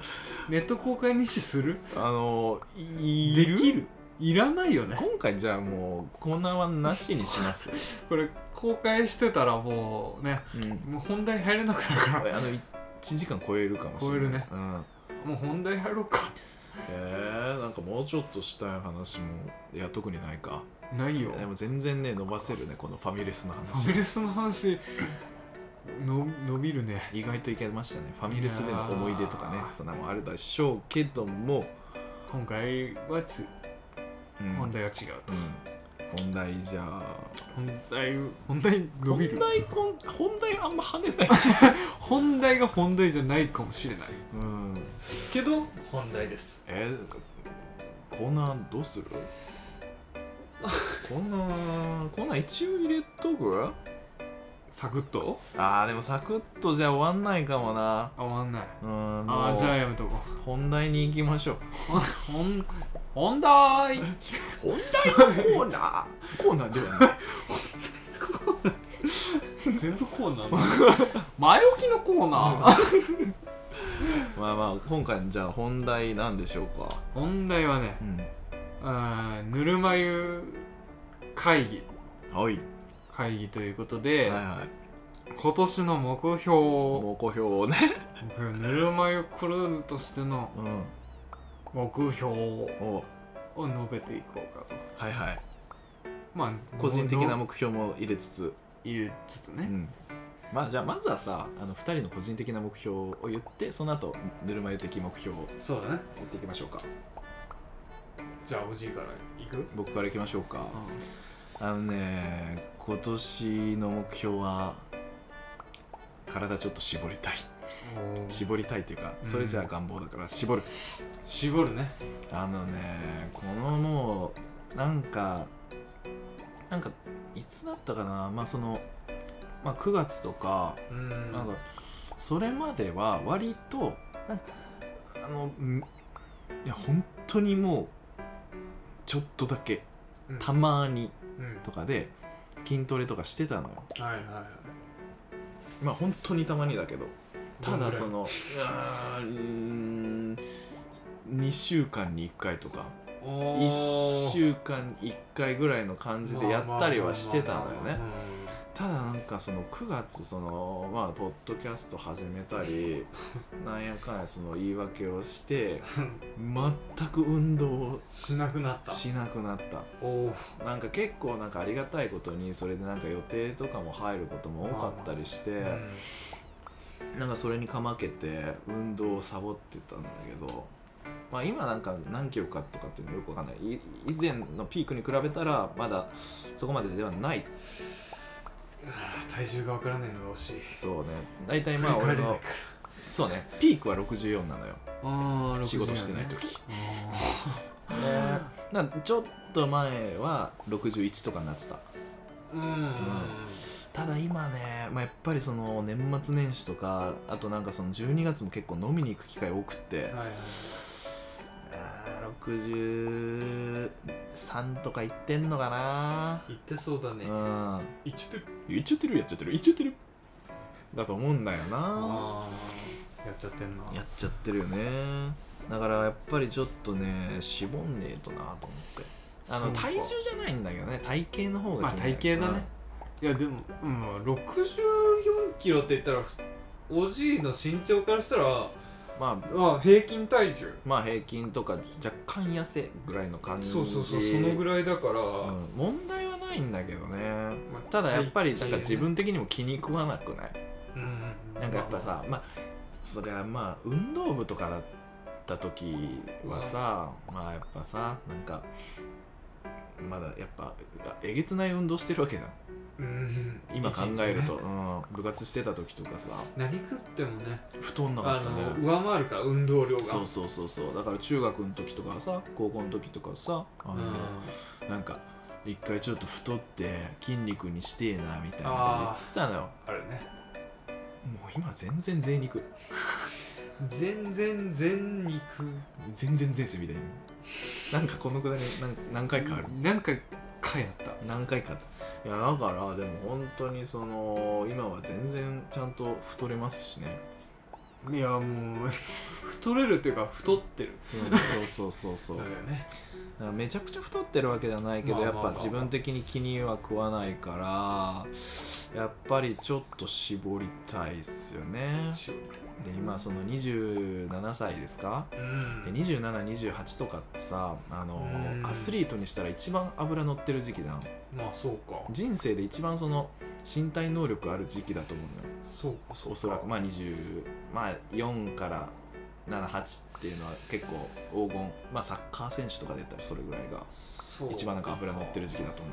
Speaker 2: ネット公開日誌する
Speaker 1: あのい
Speaker 2: できるいらないよね
Speaker 1: 今回じゃあもうコーナーはなしにします、
Speaker 2: これ公開してたらもうね
Speaker 1: うん、
Speaker 2: もう本題入れなくなるか
Speaker 1: あ
Speaker 2: ら
Speaker 1: の1時間超えるかもし
Speaker 2: 超え
Speaker 1: れない
Speaker 2: るね
Speaker 1: うん、へ
Speaker 2: もう本題入ろうか
Speaker 1: えなんかもうちょっとしたい話もいや特にないか
Speaker 2: ないよ
Speaker 1: でも全然ね伸ばせるねこのファミレスの
Speaker 2: ファミ
Speaker 1: 話
Speaker 2: レスの話の伸びるね
Speaker 1: 意外といけましたねファミレスでの思い出とか
Speaker 2: い
Speaker 1: ね
Speaker 2: やー
Speaker 1: そんなもんあるでしょうけども、
Speaker 2: 今回はつ
Speaker 1: うん
Speaker 2: 本題は違うと、
Speaker 1: うん、本題じゃあ
Speaker 2: 本題本題伸びる
Speaker 1: 本題こん本題あんま跳ねない
Speaker 2: 本題が本題じゃないかもしれない
Speaker 1: うん
Speaker 2: けど本題です
Speaker 1: えー、コーナーどうするコーナーコーナー一応入れとく
Speaker 2: サクッと
Speaker 1: あーでもサクッとじゃ終わんないかもな
Speaker 2: あ終わんないう
Speaker 1: ーんもう
Speaker 2: あーじゃあやめとこ
Speaker 1: 本題に行きましょう
Speaker 2: うほん本題
Speaker 1: 本題のコーナーコーナーではない
Speaker 2: 全部コーナーなの前置きのコーナー
Speaker 1: まあまあ今回じゃあ本題なんでしょうか
Speaker 2: 本題はね
Speaker 1: うん
Speaker 2: うんぬるま湯会議
Speaker 1: はい
Speaker 2: 会議ということ
Speaker 1: はい
Speaker 2: で、
Speaker 1: はい
Speaker 2: 今年の目標を
Speaker 1: もう小評をね
Speaker 2: 目標ぬるま湯クルーズとしての
Speaker 1: うん
Speaker 2: 目標を
Speaker 1: お
Speaker 2: 述べていこうかと
Speaker 1: はいはい
Speaker 2: まあ
Speaker 1: 個人的な
Speaker 2: もの
Speaker 1: 目標も入れつつ
Speaker 2: 入れつつ
Speaker 1: う
Speaker 2: ね、
Speaker 1: んまあじゃあまずはさあの2人の個人的な目標を言ってその後ぬるま湯的目標を
Speaker 2: そうだね
Speaker 1: 言っていきましょうか
Speaker 2: じゃあおじいから行く
Speaker 1: 僕からいきましょうかあのね今年の目標は体ちょっと絞りたい
Speaker 2: おー
Speaker 1: 絞りたいっていうかそれじゃあ願望だから絞る、
Speaker 2: 絞るね
Speaker 1: あのねこのもうなんかなんかいつだったかなまあその、まあ、9月とか
Speaker 2: うん
Speaker 1: なんかそれまでは割となんかあのんいや本当にもうちょっとだけ
Speaker 2: うん
Speaker 1: たまに
Speaker 2: うん
Speaker 1: とかで筋トレとかしてたのよ
Speaker 2: はいはいはい
Speaker 1: まあ本当にたまにだけどただそ
Speaker 2: の
Speaker 1: のあーうーん2週間に1回とか1週間1回ぐらいの感じでやったりはしてたのよねただなんかその9月そのまあポッドキャスト始めた りなんやかんやその言い訳をして全く運動を
Speaker 2: しなくなった
Speaker 1: しなくなった
Speaker 2: おお
Speaker 1: なんか結構なんかありがたいことにそれでなんか予定とかも入ることも多かったりして、なんかそれにかまけて運動をサボってたんだけど、まあ、今なんか何キロかとかっていうのよくわかんないい以前のピークに比べたらまだそこまでではない
Speaker 2: 体重がわからないのが惜しい
Speaker 1: そうね大体
Speaker 2: 振り
Speaker 1: まあ
Speaker 2: 返
Speaker 1: 俺
Speaker 2: れない
Speaker 1: の
Speaker 2: から
Speaker 1: そうねピークは64なのよ
Speaker 2: あー
Speaker 1: 仕事してない
Speaker 2: 60
Speaker 1: 時、
Speaker 2: だね
Speaker 1: なんかちょっと前は61とかになってた
Speaker 2: うんうん
Speaker 1: ただ今ね、まあ、やっぱりその年末年始とかあとなんかその12月も結構飲みに行く機会多くっ
Speaker 2: は
Speaker 1: て、
Speaker 2: いはい
Speaker 1: あー63とかいってんのかな
Speaker 2: 言ってそうだね
Speaker 1: うん
Speaker 2: 言っちゃってる
Speaker 1: 言っちゃってるやっちゃってる言っちゃってるだと思うんだよな
Speaker 2: あーやっちゃってんな
Speaker 1: やっちゃってるよねだからやっぱりちょっとね絞んねえとなと思ってあ
Speaker 2: そう
Speaker 1: の
Speaker 2: か
Speaker 1: 体重じゃないんだけどね体型の方が
Speaker 2: まあ
Speaker 1: 気になる
Speaker 2: 体型だねいやでもうん64キロって言ったらおじいの身長からしたら
Speaker 1: うんまあ
Speaker 2: あ平均体重
Speaker 1: まあ平均とか若干痩せぐらいの感じ
Speaker 2: そうそうそうそのぐらいだから、
Speaker 1: うん問題はないんだけどね、
Speaker 2: まあ
Speaker 1: ただやっぱりなん
Speaker 2: 体型
Speaker 1: か
Speaker 2: ね
Speaker 1: 自分的にも気に食わなくない
Speaker 2: うん
Speaker 1: なんかやっぱさまあそりゃまあ運動部とかだった時はさ、まあやっぱさなんかまだやっぱえげつない運動してるわけじゃん
Speaker 2: うん
Speaker 1: 今考える
Speaker 2: 一日
Speaker 1: と、
Speaker 2: ね
Speaker 1: うん、部活してた時とかさ
Speaker 2: 何食ってもね
Speaker 1: 太んなか
Speaker 2: あ
Speaker 1: ったね
Speaker 2: の上回るから運動量が
Speaker 1: そうそうそうそうだから中学の時とかさ高校の時とかさあの、
Speaker 2: うん
Speaker 1: なんか一回ちょっと太って筋肉にしてえなみたいなの
Speaker 2: あー
Speaker 1: 言ってたのよも
Speaker 2: あるね
Speaker 1: う今全然贅肉
Speaker 2: 全然全肉
Speaker 1: 全然前世みたいになんかこのくらい何何回かある
Speaker 2: なんか回あった
Speaker 1: 何回かいやだからでも本当にその今は全然ちゃんと太れますしね、
Speaker 2: いやもう太れるっていうか太ってる
Speaker 1: うん、そうそうそうそう
Speaker 2: だよね
Speaker 1: だからめちゃくちゃ太ってるわけじゃないけど
Speaker 2: ま
Speaker 1: や
Speaker 2: あ
Speaker 1: っ
Speaker 2: まあまあ
Speaker 1: ぱ自分的に気には食わないからやっぱりちょっと絞りたいっすよねで今その27歳ですか
Speaker 2: うん
Speaker 1: で2728とかってさあの
Speaker 2: うん
Speaker 1: アスリートにしたら一番脂乗ってる時期じゃん
Speaker 2: まあそうか
Speaker 1: 人生で一番その身体能力ある時期だと思うのよ
Speaker 2: そうかそうか
Speaker 1: おそらくまあ20まあ4から78っていうのは結構黄金まあサッカー選手とかで言ったらそれぐらいが
Speaker 2: そう
Speaker 1: 一番なんか脂乗ってる時期だと思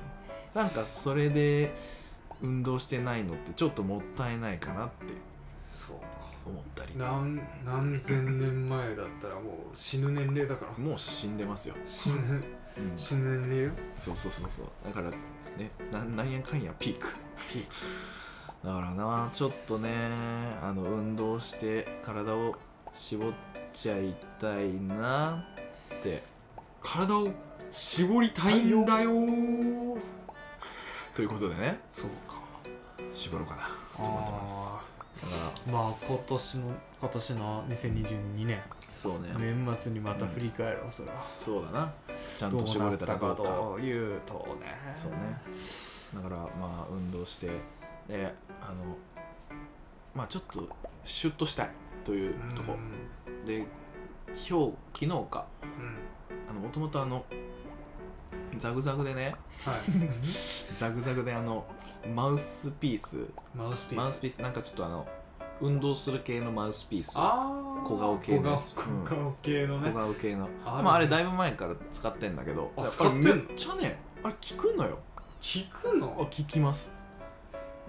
Speaker 1: うなんかそれで運動してないのってちょっともったいないかなって
Speaker 2: そうか
Speaker 1: 思ったり
Speaker 2: 何何千年前だったらもう死ぬ年齢だから
Speaker 1: もう死んでますよ、
Speaker 2: 死ぬ
Speaker 1: うん、
Speaker 2: 死ぬ年齢よ
Speaker 1: そうそうそうそうだからねななんやかんやピークピークだからなちょっとねあの運動して体を絞っちゃいたいなって
Speaker 2: 体を絞りたいんだよ
Speaker 1: ということでね
Speaker 2: そうか
Speaker 1: 絞ろうかな
Speaker 3: と思ってます
Speaker 1: だから
Speaker 3: まあ今年の今年の2022年
Speaker 1: そうね
Speaker 3: 年末にまた振り返ろうそれは
Speaker 1: そうだなちゃん
Speaker 3: ど
Speaker 1: と
Speaker 3: う
Speaker 1: 絞
Speaker 3: な
Speaker 1: れ
Speaker 3: ったた
Speaker 1: かど
Speaker 3: か
Speaker 1: うか
Speaker 3: というとね
Speaker 1: そうねだからまあ運動してであのまあちょっとシュッとしたいというとこで今日昨
Speaker 2: う
Speaker 1: 日か
Speaker 2: んうん
Speaker 1: あのもともとあのザグザグでね
Speaker 2: はい
Speaker 1: ザグザグであのマウスピース
Speaker 2: マウスピース
Speaker 1: マウスピースなんかちょっとあの運動する系のマウスピース
Speaker 2: ああ
Speaker 1: 小顔系のやつ
Speaker 2: 小顔小顔系のね
Speaker 1: 小顔系の
Speaker 2: あるね
Speaker 1: まああれだいぶ前から使ってんだけど
Speaker 2: あ
Speaker 1: やぱ
Speaker 2: 使ってんの
Speaker 1: めっちゃねあれ効くのよ
Speaker 2: 聞く
Speaker 1: あ
Speaker 2: の
Speaker 1: 効きます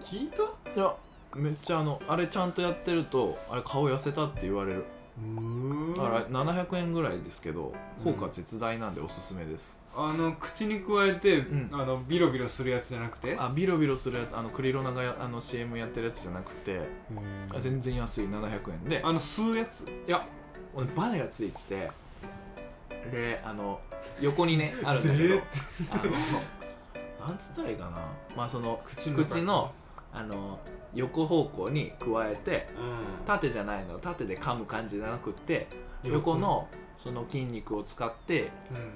Speaker 2: 聞いた
Speaker 1: いやめっちゃあのあれちゃんとやってるとあれ顔痩せたって言われる
Speaker 2: うーん
Speaker 1: だから700円ぐらいですけど効果絶大なんでおすすめです、
Speaker 2: あの口に加えて、
Speaker 1: うん
Speaker 2: あのビロビロするやつじゃなくて
Speaker 1: あビロビロするやつあのクリロナがやあの CM やってるやつじゃなくて
Speaker 3: うん
Speaker 1: あ全然安い700円で
Speaker 2: あの吸うやつ
Speaker 1: いや俺バネがついててであの横に ねあるんだけ
Speaker 2: で
Speaker 1: ど
Speaker 2: ー
Speaker 1: あのなんつったらいいかなまあその
Speaker 2: 口
Speaker 1: 口のあの横方向に加えて
Speaker 2: うん
Speaker 1: 縦じゃないの縦で噛む感じじゃなくって横、のその筋肉を使って、
Speaker 2: うん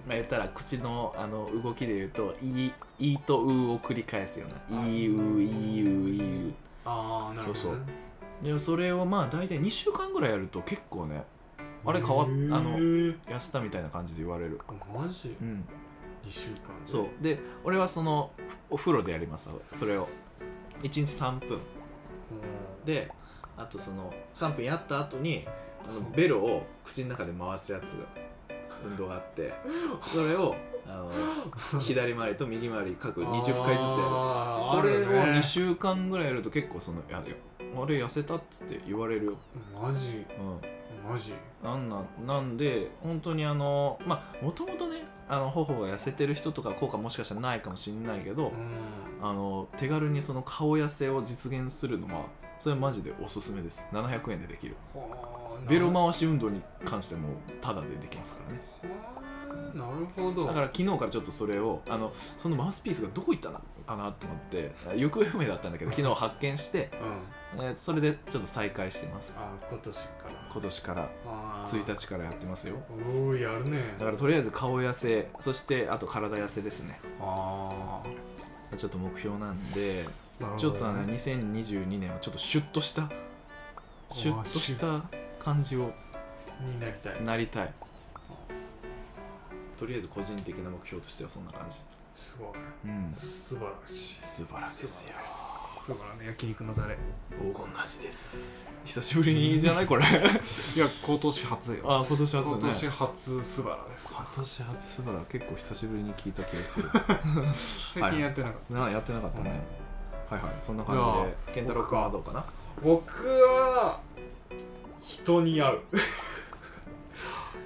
Speaker 1: まあ、言ったら口のあの動きで言うと「い」いと「う」を繰り返すような「い」「う」「い」「う」「い」「う
Speaker 2: ああなるほど、ね、
Speaker 1: そうそう」でそれをまあ大体2週間ぐらいやると結構ねあれ変わっ
Speaker 2: へー
Speaker 1: あの痩せたみたいな感じで言われる
Speaker 2: マジ
Speaker 1: うん
Speaker 2: 2週間で
Speaker 1: そうで俺はそのお風呂でやりますそれを1日3
Speaker 2: う
Speaker 1: 分
Speaker 2: ん
Speaker 1: であとその3分やった後にあのベロを口の中で回すやつが運動があってそれをあ の左回りと右回り各20回ずつやる
Speaker 2: あー
Speaker 1: それを
Speaker 2: あるね
Speaker 1: 2週間ぐらいやると結構その「いやいやあれ痩せた」っつって言われるよ、
Speaker 2: マジ
Speaker 1: うん、
Speaker 2: マジ
Speaker 1: なんなんなんで本当にあのまあもともとねあの頬が痩せてる人とか効果もしかしたらないかもしれないけど、
Speaker 2: うん
Speaker 1: あの手軽にその顔痩せを実現するのはそれマジでおすすめです700円でできる
Speaker 2: はー
Speaker 1: ベロ回し運動に関してもタダでできますからね
Speaker 2: はーなるほど
Speaker 1: だから昨日からちょっとそれをあのそのマウスピースがどこ行ったのかなと思って行方不明だったんだけど昨日発見して、
Speaker 2: うん
Speaker 1: えーそれでちょっと再開してます
Speaker 2: あ今年から
Speaker 1: 今年から
Speaker 2: あー
Speaker 1: 1日からやってますよ
Speaker 2: おーやるね
Speaker 1: だからとりあえず顔痩せそしてあと体痩せですね
Speaker 2: あ
Speaker 1: ちょっと目標なんで
Speaker 2: ーなるほどね
Speaker 1: ちょっとあの2022年はちょっとシュッとしたシュッとした感じを
Speaker 2: になりたい
Speaker 1: なりたいとりあえず個人的な目標としてはそんな感じ
Speaker 2: すごい
Speaker 1: うん
Speaker 2: 素晴らしい
Speaker 1: 素晴らしいですよ
Speaker 3: そうだね焼肉のタレ
Speaker 1: 黄金の味です久しぶりじゃないこ れ
Speaker 3: いや今年初よ
Speaker 1: あ今年初ね
Speaker 3: 今年初スバラです
Speaker 1: 今年初すばら結構久しぶりに聞いた気が する
Speaker 3: 最近やってなかっ
Speaker 1: なやってなかったね、はいはいそんな感
Speaker 3: い
Speaker 1: じで健太郎君はどうかな
Speaker 2: 僕は人に会う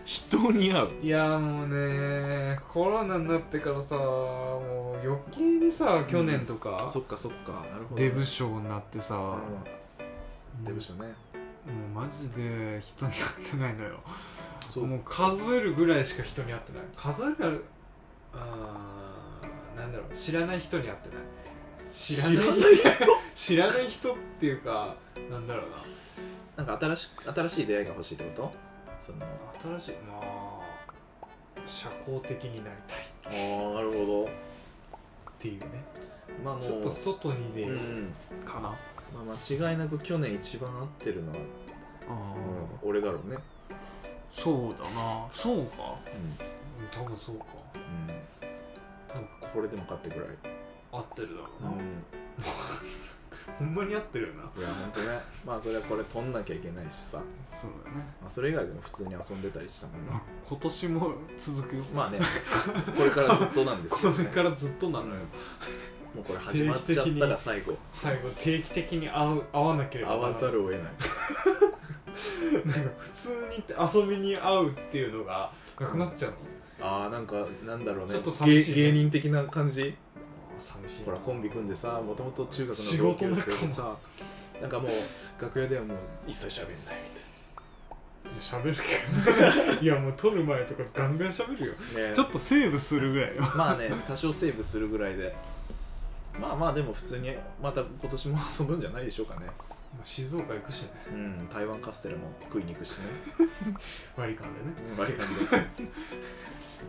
Speaker 1: 人に合う
Speaker 2: いやもうねコロナになってからさもう余計にさ去年とか、
Speaker 1: あそっかそっかなる
Speaker 3: た
Speaker 1: ほど
Speaker 3: デブ症になってさ、
Speaker 1: うんデブ賞ね
Speaker 3: もうマジで人に会ってないのよ
Speaker 1: そう
Speaker 2: もう数えるぐらいしか人に会ってない数えるからあーなんだろう知らない人に会ってない知らない人知らない人っていうかなんだろうな
Speaker 1: なんか新し新しい出会いが欲しいってことその
Speaker 2: 新しいまあ社交的になりたいっ
Speaker 1: あーなるほ
Speaker 2: ていうね
Speaker 1: どまあもう
Speaker 2: ちょっと外に出
Speaker 1: う
Speaker 2: る、
Speaker 1: ん、
Speaker 3: かな
Speaker 1: まあ、間違いなく去年一番合ってるのは、
Speaker 3: あー
Speaker 1: うん、俺だろうね
Speaker 3: そうだなそうか
Speaker 1: う
Speaker 2: うん多分そうか
Speaker 1: ん、
Speaker 2: 多分
Speaker 1: これでも勝ってくらい、
Speaker 2: 合ってるだろうな、
Speaker 1: う、
Speaker 2: ほんまに合ってるよなん
Speaker 1: いやほんとねまあそれはこれ取んなきゃいけないしさ、
Speaker 3: そうだよね、
Speaker 1: まあ、それ以外でも普通に遊んでたりしたもん
Speaker 3: まあ
Speaker 1: な、
Speaker 3: 今年も続くよ
Speaker 1: まあねこれからずっとなんですけ
Speaker 2: こ
Speaker 1: ど、ね、
Speaker 2: れからずっとなのよ
Speaker 1: もうこれ始まっちゃったら最後
Speaker 2: 最後定期的に会う会わなければ
Speaker 1: 合
Speaker 2: なら
Speaker 1: わ
Speaker 2: ない
Speaker 1: ざるを得ない
Speaker 2: なんか普通に遊びに会うっていうのがなくなっちゃうの、
Speaker 1: あーなんかなんだろうね
Speaker 2: ちょっと寂しいね
Speaker 1: 芸芸人的な感じ
Speaker 2: 寂しい
Speaker 1: ほらコンビ組んでさもともと中学
Speaker 2: 仕
Speaker 1: の同
Speaker 2: 事
Speaker 1: 級
Speaker 2: 仲間
Speaker 1: 生でさなんかもう楽屋ではもう一切喋んないみ
Speaker 2: 喋るけ どいやもう撮る前とかガンガン喋るよ
Speaker 1: たいな、ね
Speaker 3: ちょっとセーブするぐらいよ
Speaker 1: まあね多少セーブするぐらいでまあまあでも普通にまた今年も遊ぶんじゃないでしょうかね
Speaker 2: 静岡行くしね
Speaker 1: うん台湾カステラも食いに行くしね
Speaker 2: 割り勘でね
Speaker 1: 割り勘で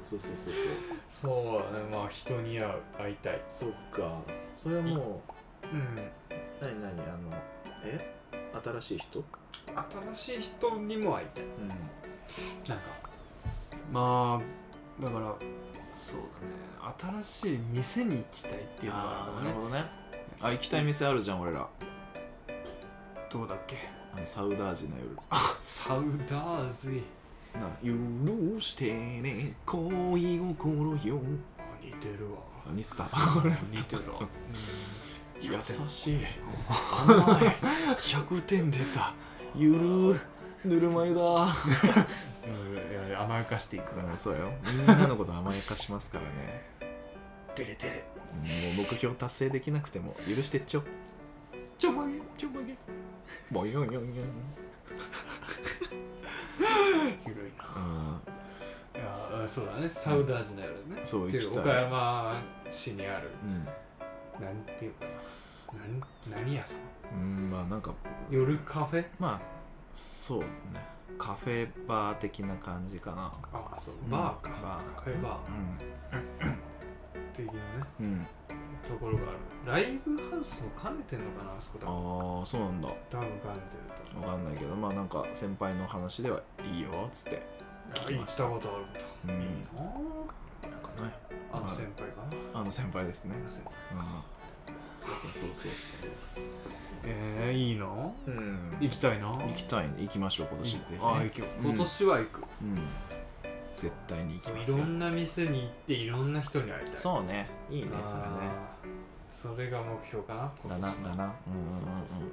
Speaker 1: そうそうそうそう
Speaker 2: そうだねまあ人に会う会いたい
Speaker 1: そうかそれはも
Speaker 2: うん
Speaker 1: う何何あのえ新しい人
Speaker 2: 新しい人にも会いたいなんか
Speaker 3: まあだからそうだね新しい店に行きたいっていうのがあるからね
Speaker 1: どねあ行きたい店あるじゃん俺ら
Speaker 3: どうだっけ
Speaker 1: あのサウダージの夜
Speaker 3: サウダーズイ
Speaker 1: な許してね恋心よ
Speaker 2: あ似てるわ
Speaker 1: あ 似てた
Speaker 3: 似てるわ
Speaker 1: 優
Speaker 3: 100点
Speaker 1: しい甘い100点出たゆるぬるま湯だ
Speaker 3: うんいやいや甘やかしていくから
Speaker 1: そうよみんなのこと甘やかしますからね
Speaker 3: てれてれ
Speaker 1: もう目標達成できなくても許してっちょ
Speaker 3: ちょまげちょまげ
Speaker 1: もうよんよんよんうん
Speaker 3: ゆるいな
Speaker 1: あ
Speaker 2: いやそうだねサウダージの夜ね、
Speaker 1: そう
Speaker 2: ってい
Speaker 1: 行
Speaker 2: う
Speaker 1: きたい
Speaker 2: 岡山市にある
Speaker 1: うん
Speaker 2: なんていうかななん何屋さん
Speaker 1: うんまあなんか
Speaker 2: 夜カフェ
Speaker 1: まあそうねカフェバー的な感じかな
Speaker 2: あそうバーか、
Speaker 1: うんバー
Speaker 2: カフェバー的なね
Speaker 1: うん、うん、
Speaker 2: ところがあるライブハウスも兼ねてんのかなあそこ多分
Speaker 1: ああそうなんだ
Speaker 2: 多分兼ねてる
Speaker 1: わかんないけどまあなんか先輩の話ではいいよっつって
Speaker 2: と思う行ったことあると、
Speaker 1: うん
Speaker 2: いい
Speaker 1: なんかね
Speaker 2: なあの先輩かな、
Speaker 1: あの先輩ですね
Speaker 2: あの先輩
Speaker 1: うんそうそうそ
Speaker 3: えー、いいの
Speaker 1: ううん
Speaker 3: 行きたいな
Speaker 1: 行きたいね行きましょう今年って、ね、
Speaker 3: あー行くよ
Speaker 1: うん
Speaker 2: 今年は行く、
Speaker 1: うん絶対に行き
Speaker 2: そう
Speaker 1: ま
Speaker 2: い
Speaker 1: すよ
Speaker 2: ろんな店に行っていろんな人に会いたいあ
Speaker 1: そうねいいね
Speaker 2: ー
Speaker 1: それね
Speaker 2: それが目標かな
Speaker 1: だ
Speaker 2: 今
Speaker 1: な
Speaker 2: 年
Speaker 1: だなうんうんうんうん
Speaker 2: そうそうそう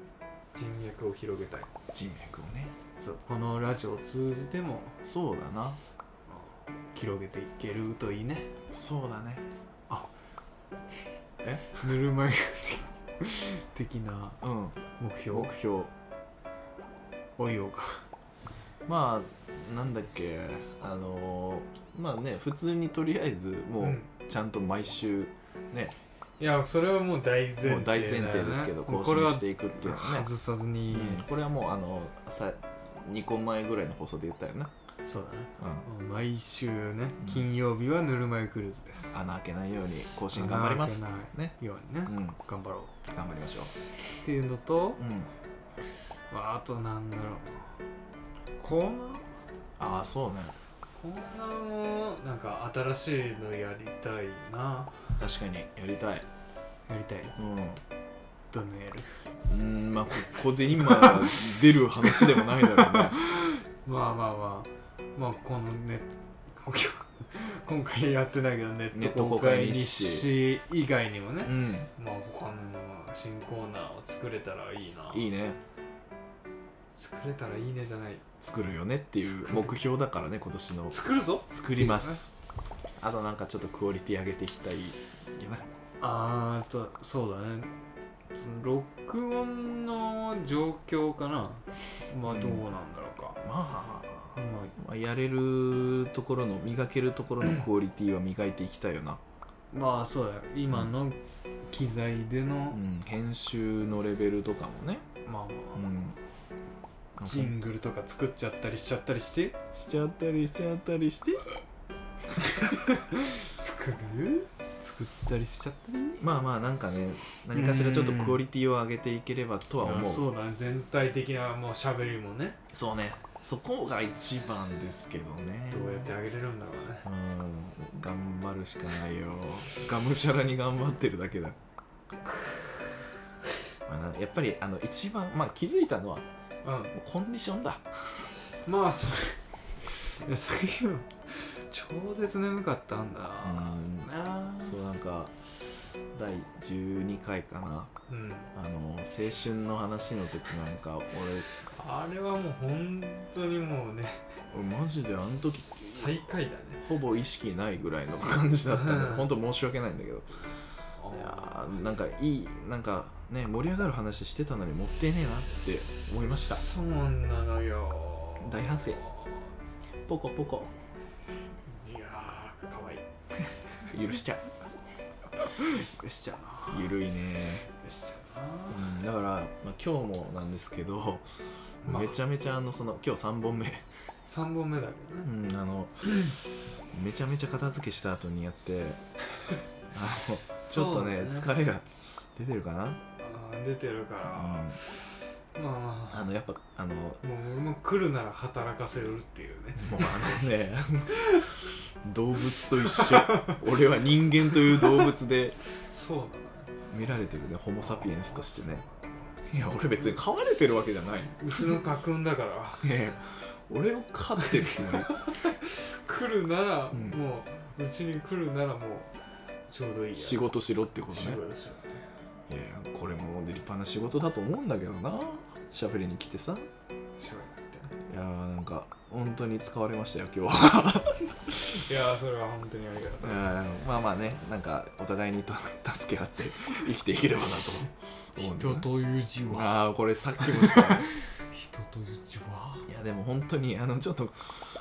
Speaker 2: 人脈を広げたい
Speaker 1: 人脈をね
Speaker 3: そうこのラジオを通じても
Speaker 1: そうだな
Speaker 3: 広げていけるといいね
Speaker 1: そうだね
Speaker 3: ぬるま湯的な
Speaker 1: うん
Speaker 3: 目標
Speaker 1: 目標
Speaker 3: おいようか
Speaker 1: まあなんだっけあのーまあね普通にとりあえずもう、
Speaker 2: うん
Speaker 1: ちゃんと毎週ね
Speaker 2: いやそれはもう大前提だよ
Speaker 1: もう
Speaker 2: ね
Speaker 1: 大前提ですけど
Speaker 3: も
Speaker 1: 更
Speaker 3: うこれは
Speaker 1: 新していくっていうのはね
Speaker 3: 外さずに、
Speaker 1: うんこれはもうあのさ2個前ぐらいの放送で言ったよな、
Speaker 3: そうだね
Speaker 1: うん、
Speaker 3: 毎週ね
Speaker 1: うん
Speaker 3: 金曜日はぬるま湯クルーズです
Speaker 1: 穴開けないように更新頑張ります
Speaker 3: 穴開け
Speaker 1: ね
Speaker 3: ようにね、
Speaker 1: うん
Speaker 3: 頑張ろう
Speaker 1: 頑張りましょ
Speaker 3: っていうのと
Speaker 1: う、うん、
Speaker 3: まああとなんだろうコーナー
Speaker 1: ああそうね
Speaker 2: こんなもなんか新しいのやりたいな
Speaker 1: 確かにやりたい
Speaker 3: やりたい
Speaker 1: うん
Speaker 3: ドメール
Speaker 1: うーんまあここで今出る話でもないだろうね
Speaker 3: まあまあまあまあこのねこ 今回やってないけどネッ
Speaker 1: ネッ
Speaker 3: ト
Speaker 1: ト
Speaker 3: 公
Speaker 1: 公
Speaker 3: 開
Speaker 1: 開
Speaker 3: 日
Speaker 1: 日
Speaker 3: 誌
Speaker 1: 誌
Speaker 3: 以外にもね、
Speaker 1: うん
Speaker 2: まあ他の新コーナーを作れたらいいない
Speaker 1: いね
Speaker 2: 作れたらいいねじゃない
Speaker 1: 作るよねっていう目標だからね今年の
Speaker 2: 作るぞ
Speaker 1: 作りますあとなんかちょっとクオリティ上げていきたいよね
Speaker 3: あーあとそうだねその録音の状況かなまあどうなんだろうか、
Speaker 1: まあ
Speaker 3: ま
Speaker 1: まあやれるところの磨けるところのクオリティは磨いていきたいよな、
Speaker 3: あまあそうだよ今の機材で
Speaker 1: う
Speaker 3: の、
Speaker 1: ん、編集のレベルとかもね、
Speaker 3: まあま
Speaker 1: う
Speaker 3: あま
Speaker 1: ん、
Speaker 3: あジングルとか作っちゃったりしちゃったりして
Speaker 1: しちゃったりしちゃったりして
Speaker 3: 作る作ったりしちゃったり
Speaker 1: まあまあなんかね何かしらちょっとクオリティを上げていければとは思
Speaker 2: いうや
Speaker 1: そう
Speaker 2: そうだね全体的なもう喋りもね
Speaker 1: ねそこが一番ですけどね
Speaker 2: どうやってあげれるんだろうね
Speaker 1: うん頑張るしかないよがむしゃらに頑張ってるだけだまあなやっぱりあの一番、まあ、気づいたのは
Speaker 2: う
Speaker 1: コンディションだ
Speaker 2: んまあそれいや最近超絶眠かったんだな
Speaker 1: うんそうなんか第12回かな
Speaker 2: うん
Speaker 1: あの青春の話の時なんか
Speaker 2: あれはもう本当にもうね
Speaker 1: 俺俺マジであの時
Speaker 2: 最下位だね
Speaker 1: ほぼ意識ないぐらいの感じだったの
Speaker 2: うん
Speaker 1: 本当申し訳ないんだけどいやーなんかいいなんかね盛り上がる話してたのにもってえねえなって思いました
Speaker 2: そうなのよ
Speaker 1: 大反省
Speaker 2: い
Speaker 1: ポコポコ
Speaker 2: やーかわいい
Speaker 1: 許しちゃ
Speaker 3: よしちゃうなよ
Speaker 1: うゆるいね、
Speaker 3: しちゃう
Speaker 1: うん、だから、まあ、今日もなんですけど、
Speaker 2: まあ
Speaker 1: めちゃめちゃあのその今日3本目
Speaker 2: 3本目だけど
Speaker 1: う
Speaker 2: ね
Speaker 1: んあのめちゃめちゃ片付けした後にやってあのちょっとね
Speaker 2: そうだ
Speaker 1: 疲れが出てるかな、
Speaker 2: あー出てるから、まあ
Speaker 1: あのやっぱあのも
Speaker 2: もう俺も来るなら働かせるっていう ね
Speaker 1: うあのね 動物と一緒俺は人間という動物で
Speaker 2: そうなのよ
Speaker 1: 見られてるねホモ・サピエンスとしてねいや俺別に飼われてるわけじゃないう
Speaker 2: ちの家訓だから
Speaker 1: いやいや俺を飼ってるつもり
Speaker 2: 来るなら、
Speaker 1: うん
Speaker 2: もううちに来るならもうちょうどいいや
Speaker 1: 仕事しろってこと
Speaker 2: 仕
Speaker 1: ね
Speaker 2: 事しろって
Speaker 1: いやいやこれも立派な仕事だと思うんだけどな喋りに来てさ
Speaker 2: 仕事っ
Speaker 1: いやーなんか本当に使われましたよ今日 は
Speaker 2: ていやーそれは本当にありが
Speaker 1: う
Speaker 2: と
Speaker 1: ん
Speaker 2: う
Speaker 1: まあまあねなんかお互いにと助け合って生きていければなと思うんだ
Speaker 3: 人
Speaker 1: よね
Speaker 3: という字は
Speaker 1: ああこれさっきもした い
Speaker 3: 人という字は、
Speaker 1: やでも本当にあのちょっと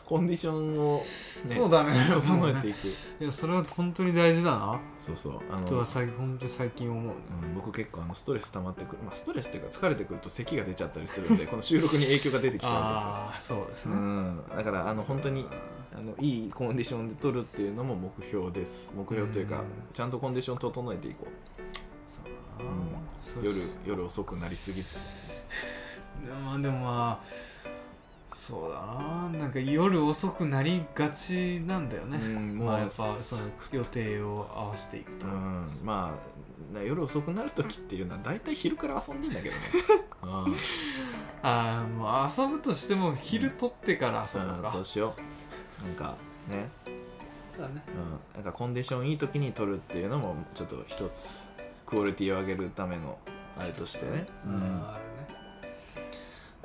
Speaker 1: コンディションを、ね、
Speaker 3: そうだね
Speaker 1: 整えていく
Speaker 3: いやそれは本当に大事だな
Speaker 1: そうそうあの
Speaker 3: とは最本当に最近思うね
Speaker 1: うん、僕結構あのストレス溜まってくる、まあ、ストレスっていうか疲れてくると咳が出ちゃったりするんでこの収録に影響が出てきちゃうんですよ
Speaker 3: ああそうですね、
Speaker 1: うん、だからあの本当にあのいいコンディションで撮るっていうのも目標です目標というか
Speaker 3: うん
Speaker 1: ちゃんとコンディション整えていこ
Speaker 3: そうだ
Speaker 1: う
Speaker 3: な、
Speaker 1: 夜夜遅くなりすぎず
Speaker 3: 夜まあでもまあそうだななんか夜遅くなりがちなんだよね、
Speaker 1: ん
Speaker 3: まあやっぱその予定を合わせていく
Speaker 1: う
Speaker 3: と、
Speaker 1: んまあな夜遅くなる時っていうのは大体昼から遊んでんだ けどねうん
Speaker 3: ああもう遊ぶとしても昼取ってから遊ぶ
Speaker 1: うん
Speaker 3: か、
Speaker 1: そうしようなんかね、
Speaker 2: そうだね
Speaker 1: うん、なんかコンディションいい時に撮るっていうのもちょっと一つクオリティを上げるためのあれとしてね、
Speaker 2: う
Speaker 1: うん
Speaker 2: あ
Speaker 1: ん、
Speaker 2: れね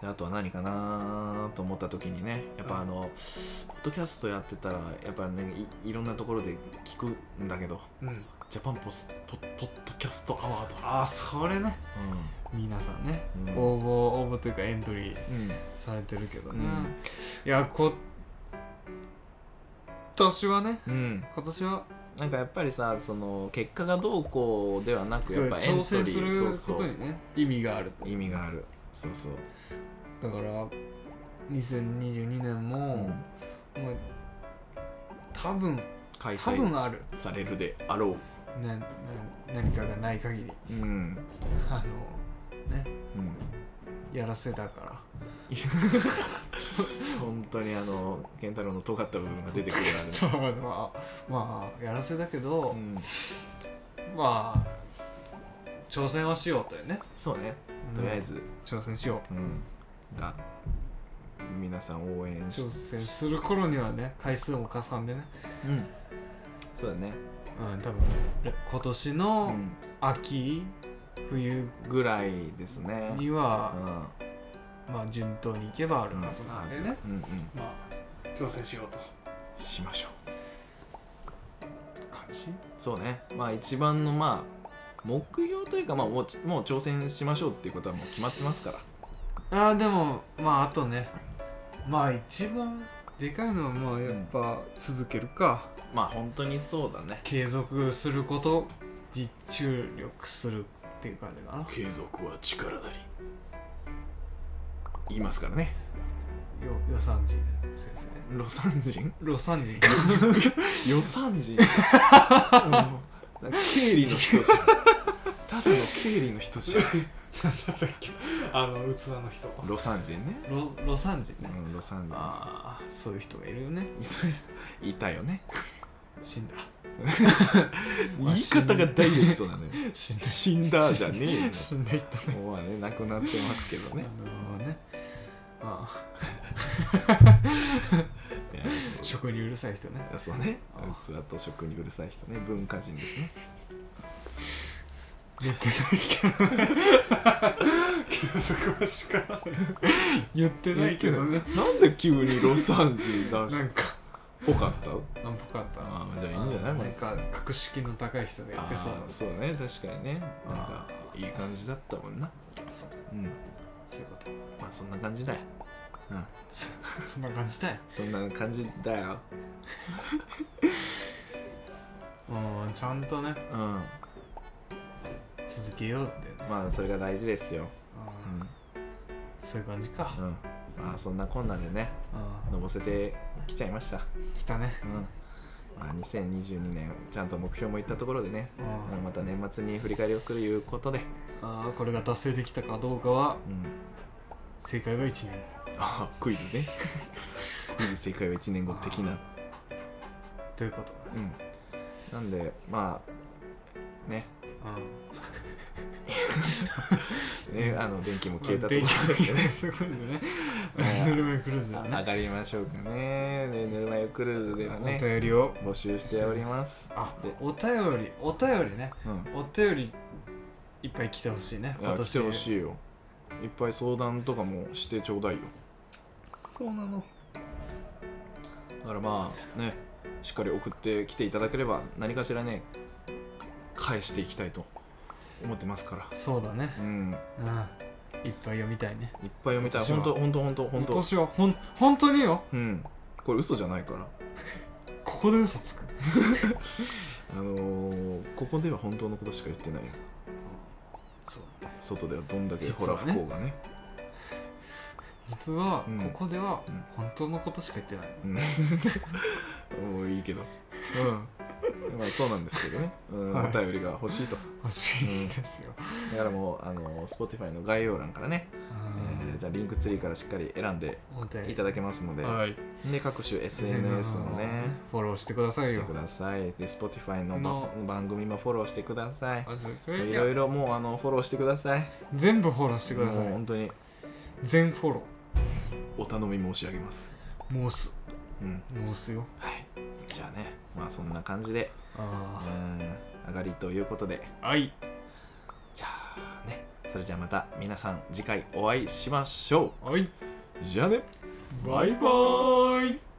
Speaker 1: であとは何かなと思った時にねやっぱあの、ポッドキャストやってたらやっぱねいいろんなところで聞くんだけど
Speaker 2: うん
Speaker 1: ジャパンポスポポッドキャストアワード、
Speaker 3: ああそれね皆さんね、
Speaker 1: うん
Speaker 3: 応募応募というかエントリー
Speaker 1: うんうん、
Speaker 3: されてるけどね、
Speaker 1: うん
Speaker 3: いやこ今年はね
Speaker 1: うん、
Speaker 3: 今年は
Speaker 1: なんかやっぱりさその結果がどうこうではなくやっぱエン
Speaker 3: 挑
Speaker 1: ト
Speaker 3: 戦
Speaker 1: リ
Speaker 3: す
Speaker 1: ー
Speaker 3: る
Speaker 1: そう
Speaker 3: こ
Speaker 1: そ
Speaker 3: と
Speaker 1: う
Speaker 3: にね意味がある
Speaker 1: 意味があるそうそう、
Speaker 3: だから2022年も、
Speaker 1: うん
Speaker 3: もう多分
Speaker 1: 開
Speaker 3: 多
Speaker 1: 催
Speaker 3: 分ある
Speaker 1: されるであろ
Speaker 3: なな何かがない限り
Speaker 1: ううん、
Speaker 3: あのね
Speaker 1: うん、
Speaker 3: やら せだか
Speaker 1: 本当にあの健太郎の尖った部分が出てくる
Speaker 3: ら そうまあまあやらせだけど、
Speaker 1: あれ、うん
Speaker 3: まあ
Speaker 4: 挑戦はしようだよね
Speaker 1: そうねとりあえず、
Speaker 2: 挑戦しよ
Speaker 1: うん、が皆さん応援
Speaker 2: う
Speaker 1: し
Speaker 2: 挑戦する頃にはね回数も重んでね
Speaker 1: うん、そうだね、
Speaker 2: うん多分今年の秋、冬
Speaker 1: ぐらいですね
Speaker 2: に
Speaker 1: う
Speaker 2: は、
Speaker 1: ん
Speaker 2: まあ順当にいけばあるはずなんでね、
Speaker 1: うんうん
Speaker 5: まあ挑戦しようと
Speaker 1: しましょう
Speaker 2: 感じ
Speaker 1: そうねまあ一番のまあ目標というかまあもうちもう挑戦しましょうっていうことはもう決まってますから
Speaker 2: あーでもまああとねまあ一番でかいのはまあやっぱ続けるか、
Speaker 1: まあ本当にそうだね
Speaker 2: 継続すること実注力するっていう感じかな
Speaker 1: 継続は力なり言いますからね
Speaker 2: よ予算人先生
Speaker 1: 魯山人
Speaker 2: ロサンジン
Speaker 1: 予算人うんなんか経理の人じゃんただの経理の人 じゃん
Speaker 5: 何だっけあの器の人
Speaker 1: 魯山人ね
Speaker 2: ロロサンジン
Speaker 1: う
Speaker 2: ね、
Speaker 1: ん魯山人です
Speaker 2: ああそういう人がいるよね
Speaker 1: そういたよね
Speaker 2: 死んだ
Speaker 1: 言い方がダイレクトなのよ
Speaker 2: 死んだ
Speaker 1: 死んだじゃねえよ
Speaker 2: 死んだ人ね
Speaker 1: もうはねなくなってますけどね
Speaker 2: あのねああ食にうるさい人ね
Speaker 1: あそうね
Speaker 2: あ
Speaker 1: 器と食にうるさい人ね文化人ですね
Speaker 2: 言ってないけど
Speaker 5: 継続はしかない
Speaker 2: 言ってないけどね
Speaker 1: なんで急にロサンジ男子
Speaker 2: な
Speaker 1: っ
Speaker 2: んか
Speaker 1: ぽかった
Speaker 2: なんぽかったな
Speaker 1: ああじゃあいいんじゃな
Speaker 2: な
Speaker 1: いも
Speaker 2: んか格式の高い人が言ってそうだ
Speaker 1: そうね確かにねなんか
Speaker 2: あ
Speaker 1: いい感じだったもんな
Speaker 2: そう
Speaker 1: うん
Speaker 2: そういうこ
Speaker 1: まあそんな感じだようん
Speaker 2: とそんな感じだよ
Speaker 1: そんな感じだよ
Speaker 2: うんちゃんとね
Speaker 1: うん
Speaker 2: 続けようってね、
Speaker 1: まあそれが大事ですよう
Speaker 2: うん
Speaker 1: ん
Speaker 2: そういう感じか
Speaker 1: うんまあそんなこんなでね
Speaker 2: うん
Speaker 1: のぼせてきちゃいました
Speaker 2: 来たね
Speaker 1: うんまあ、2022年ちゃんと目標もいったところでね、
Speaker 2: うん
Speaker 1: あのまた年末に振り返りをするいうことで、
Speaker 2: ああこれが達成できたかどうかは
Speaker 1: うん、
Speaker 2: 正解が1年
Speaker 1: あクイズ ねクイズ正解は1年後的な
Speaker 2: ということ
Speaker 1: うんなんでまあね
Speaker 2: う
Speaker 1: ねあの電気も消えたと
Speaker 2: 電
Speaker 1: こ
Speaker 2: 気
Speaker 1: ろでね
Speaker 2: ということでね
Speaker 1: ね
Speaker 2: ぬるま湯クルーズだ
Speaker 1: 上
Speaker 2: ね
Speaker 1: がりましょうかねねぬるま湯クルーズでは
Speaker 2: お
Speaker 1: ね
Speaker 2: 便りを
Speaker 1: 募集しております
Speaker 2: あ
Speaker 1: で
Speaker 2: お便りお便りね
Speaker 1: うん
Speaker 2: お便りいっぱい来てほしいね
Speaker 1: いや
Speaker 2: 今
Speaker 1: 来
Speaker 2: 年
Speaker 1: てほしいよいっぱい相談とかもしてちょうだいよ
Speaker 2: そうなの
Speaker 1: だからまあねしっかり送ってきていただければ何かしらね返していきたいと思ってますから
Speaker 2: そうだね
Speaker 1: うん
Speaker 2: うん
Speaker 1: いっ
Speaker 2: いっぱい読みたいね
Speaker 1: ぱい読みたい
Speaker 2: 今
Speaker 1: 本
Speaker 2: 年は
Speaker 1: 当本当本当
Speaker 2: 今
Speaker 1: 本当
Speaker 2: 年はほん本当によ
Speaker 1: うんこれ嘘じゃないから
Speaker 2: ここで嘘つく
Speaker 1: あのー、ここでは本当のことしか言ってないよ
Speaker 2: そう
Speaker 1: 外ではどんだけほ
Speaker 2: 実
Speaker 1: ら
Speaker 2: は
Speaker 1: 不
Speaker 2: ね
Speaker 1: 幸がね
Speaker 2: 実は
Speaker 1: うん
Speaker 2: ここでは
Speaker 1: うん
Speaker 2: 本当のことしか言ってないの
Speaker 1: うん もういいけどうんまあそうなんですけどね、うん
Speaker 2: はい
Speaker 1: お便りが欲しいと
Speaker 2: 欲しいですよ
Speaker 1: だからもうあのー Spotify の概要欄からね、
Speaker 2: うん
Speaker 1: えーじゃあリンクツリーからしっかり選んで
Speaker 2: お便
Speaker 1: い
Speaker 2: り
Speaker 1: ただけますので、
Speaker 2: はい
Speaker 1: で各種 SNS をね
Speaker 2: フォローしてください
Speaker 1: し
Speaker 2: よ
Speaker 1: てくださいで Spotify の
Speaker 2: の
Speaker 1: ば番組もフォローしてください
Speaker 2: あそうこれ
Speaker 1: いろいろもうあのフォローしてください
Speaker 2: 全部フォローしてくださ
Speaker 1: もう
Speaker 2: い
Speaker 1: 本当に
Speaker 2: 全フォロ
Speaker 1: お頼み申し上げます
Speaker 2: ー申す
Speaker 1: うん
Speaker 2: 申すよ
Speaker 1: はいじゃあねまあそんな感じでう
Speaker 2: あ
Speaker 1: ん上がりということで
Speaker 2: あはい
Speaker 1: じゃあねそれじゃあまた皆さん次回お会いしましょ
Speaker 2: はいう
Speaker 1: じゃあね
Speaker 2: バイバーイ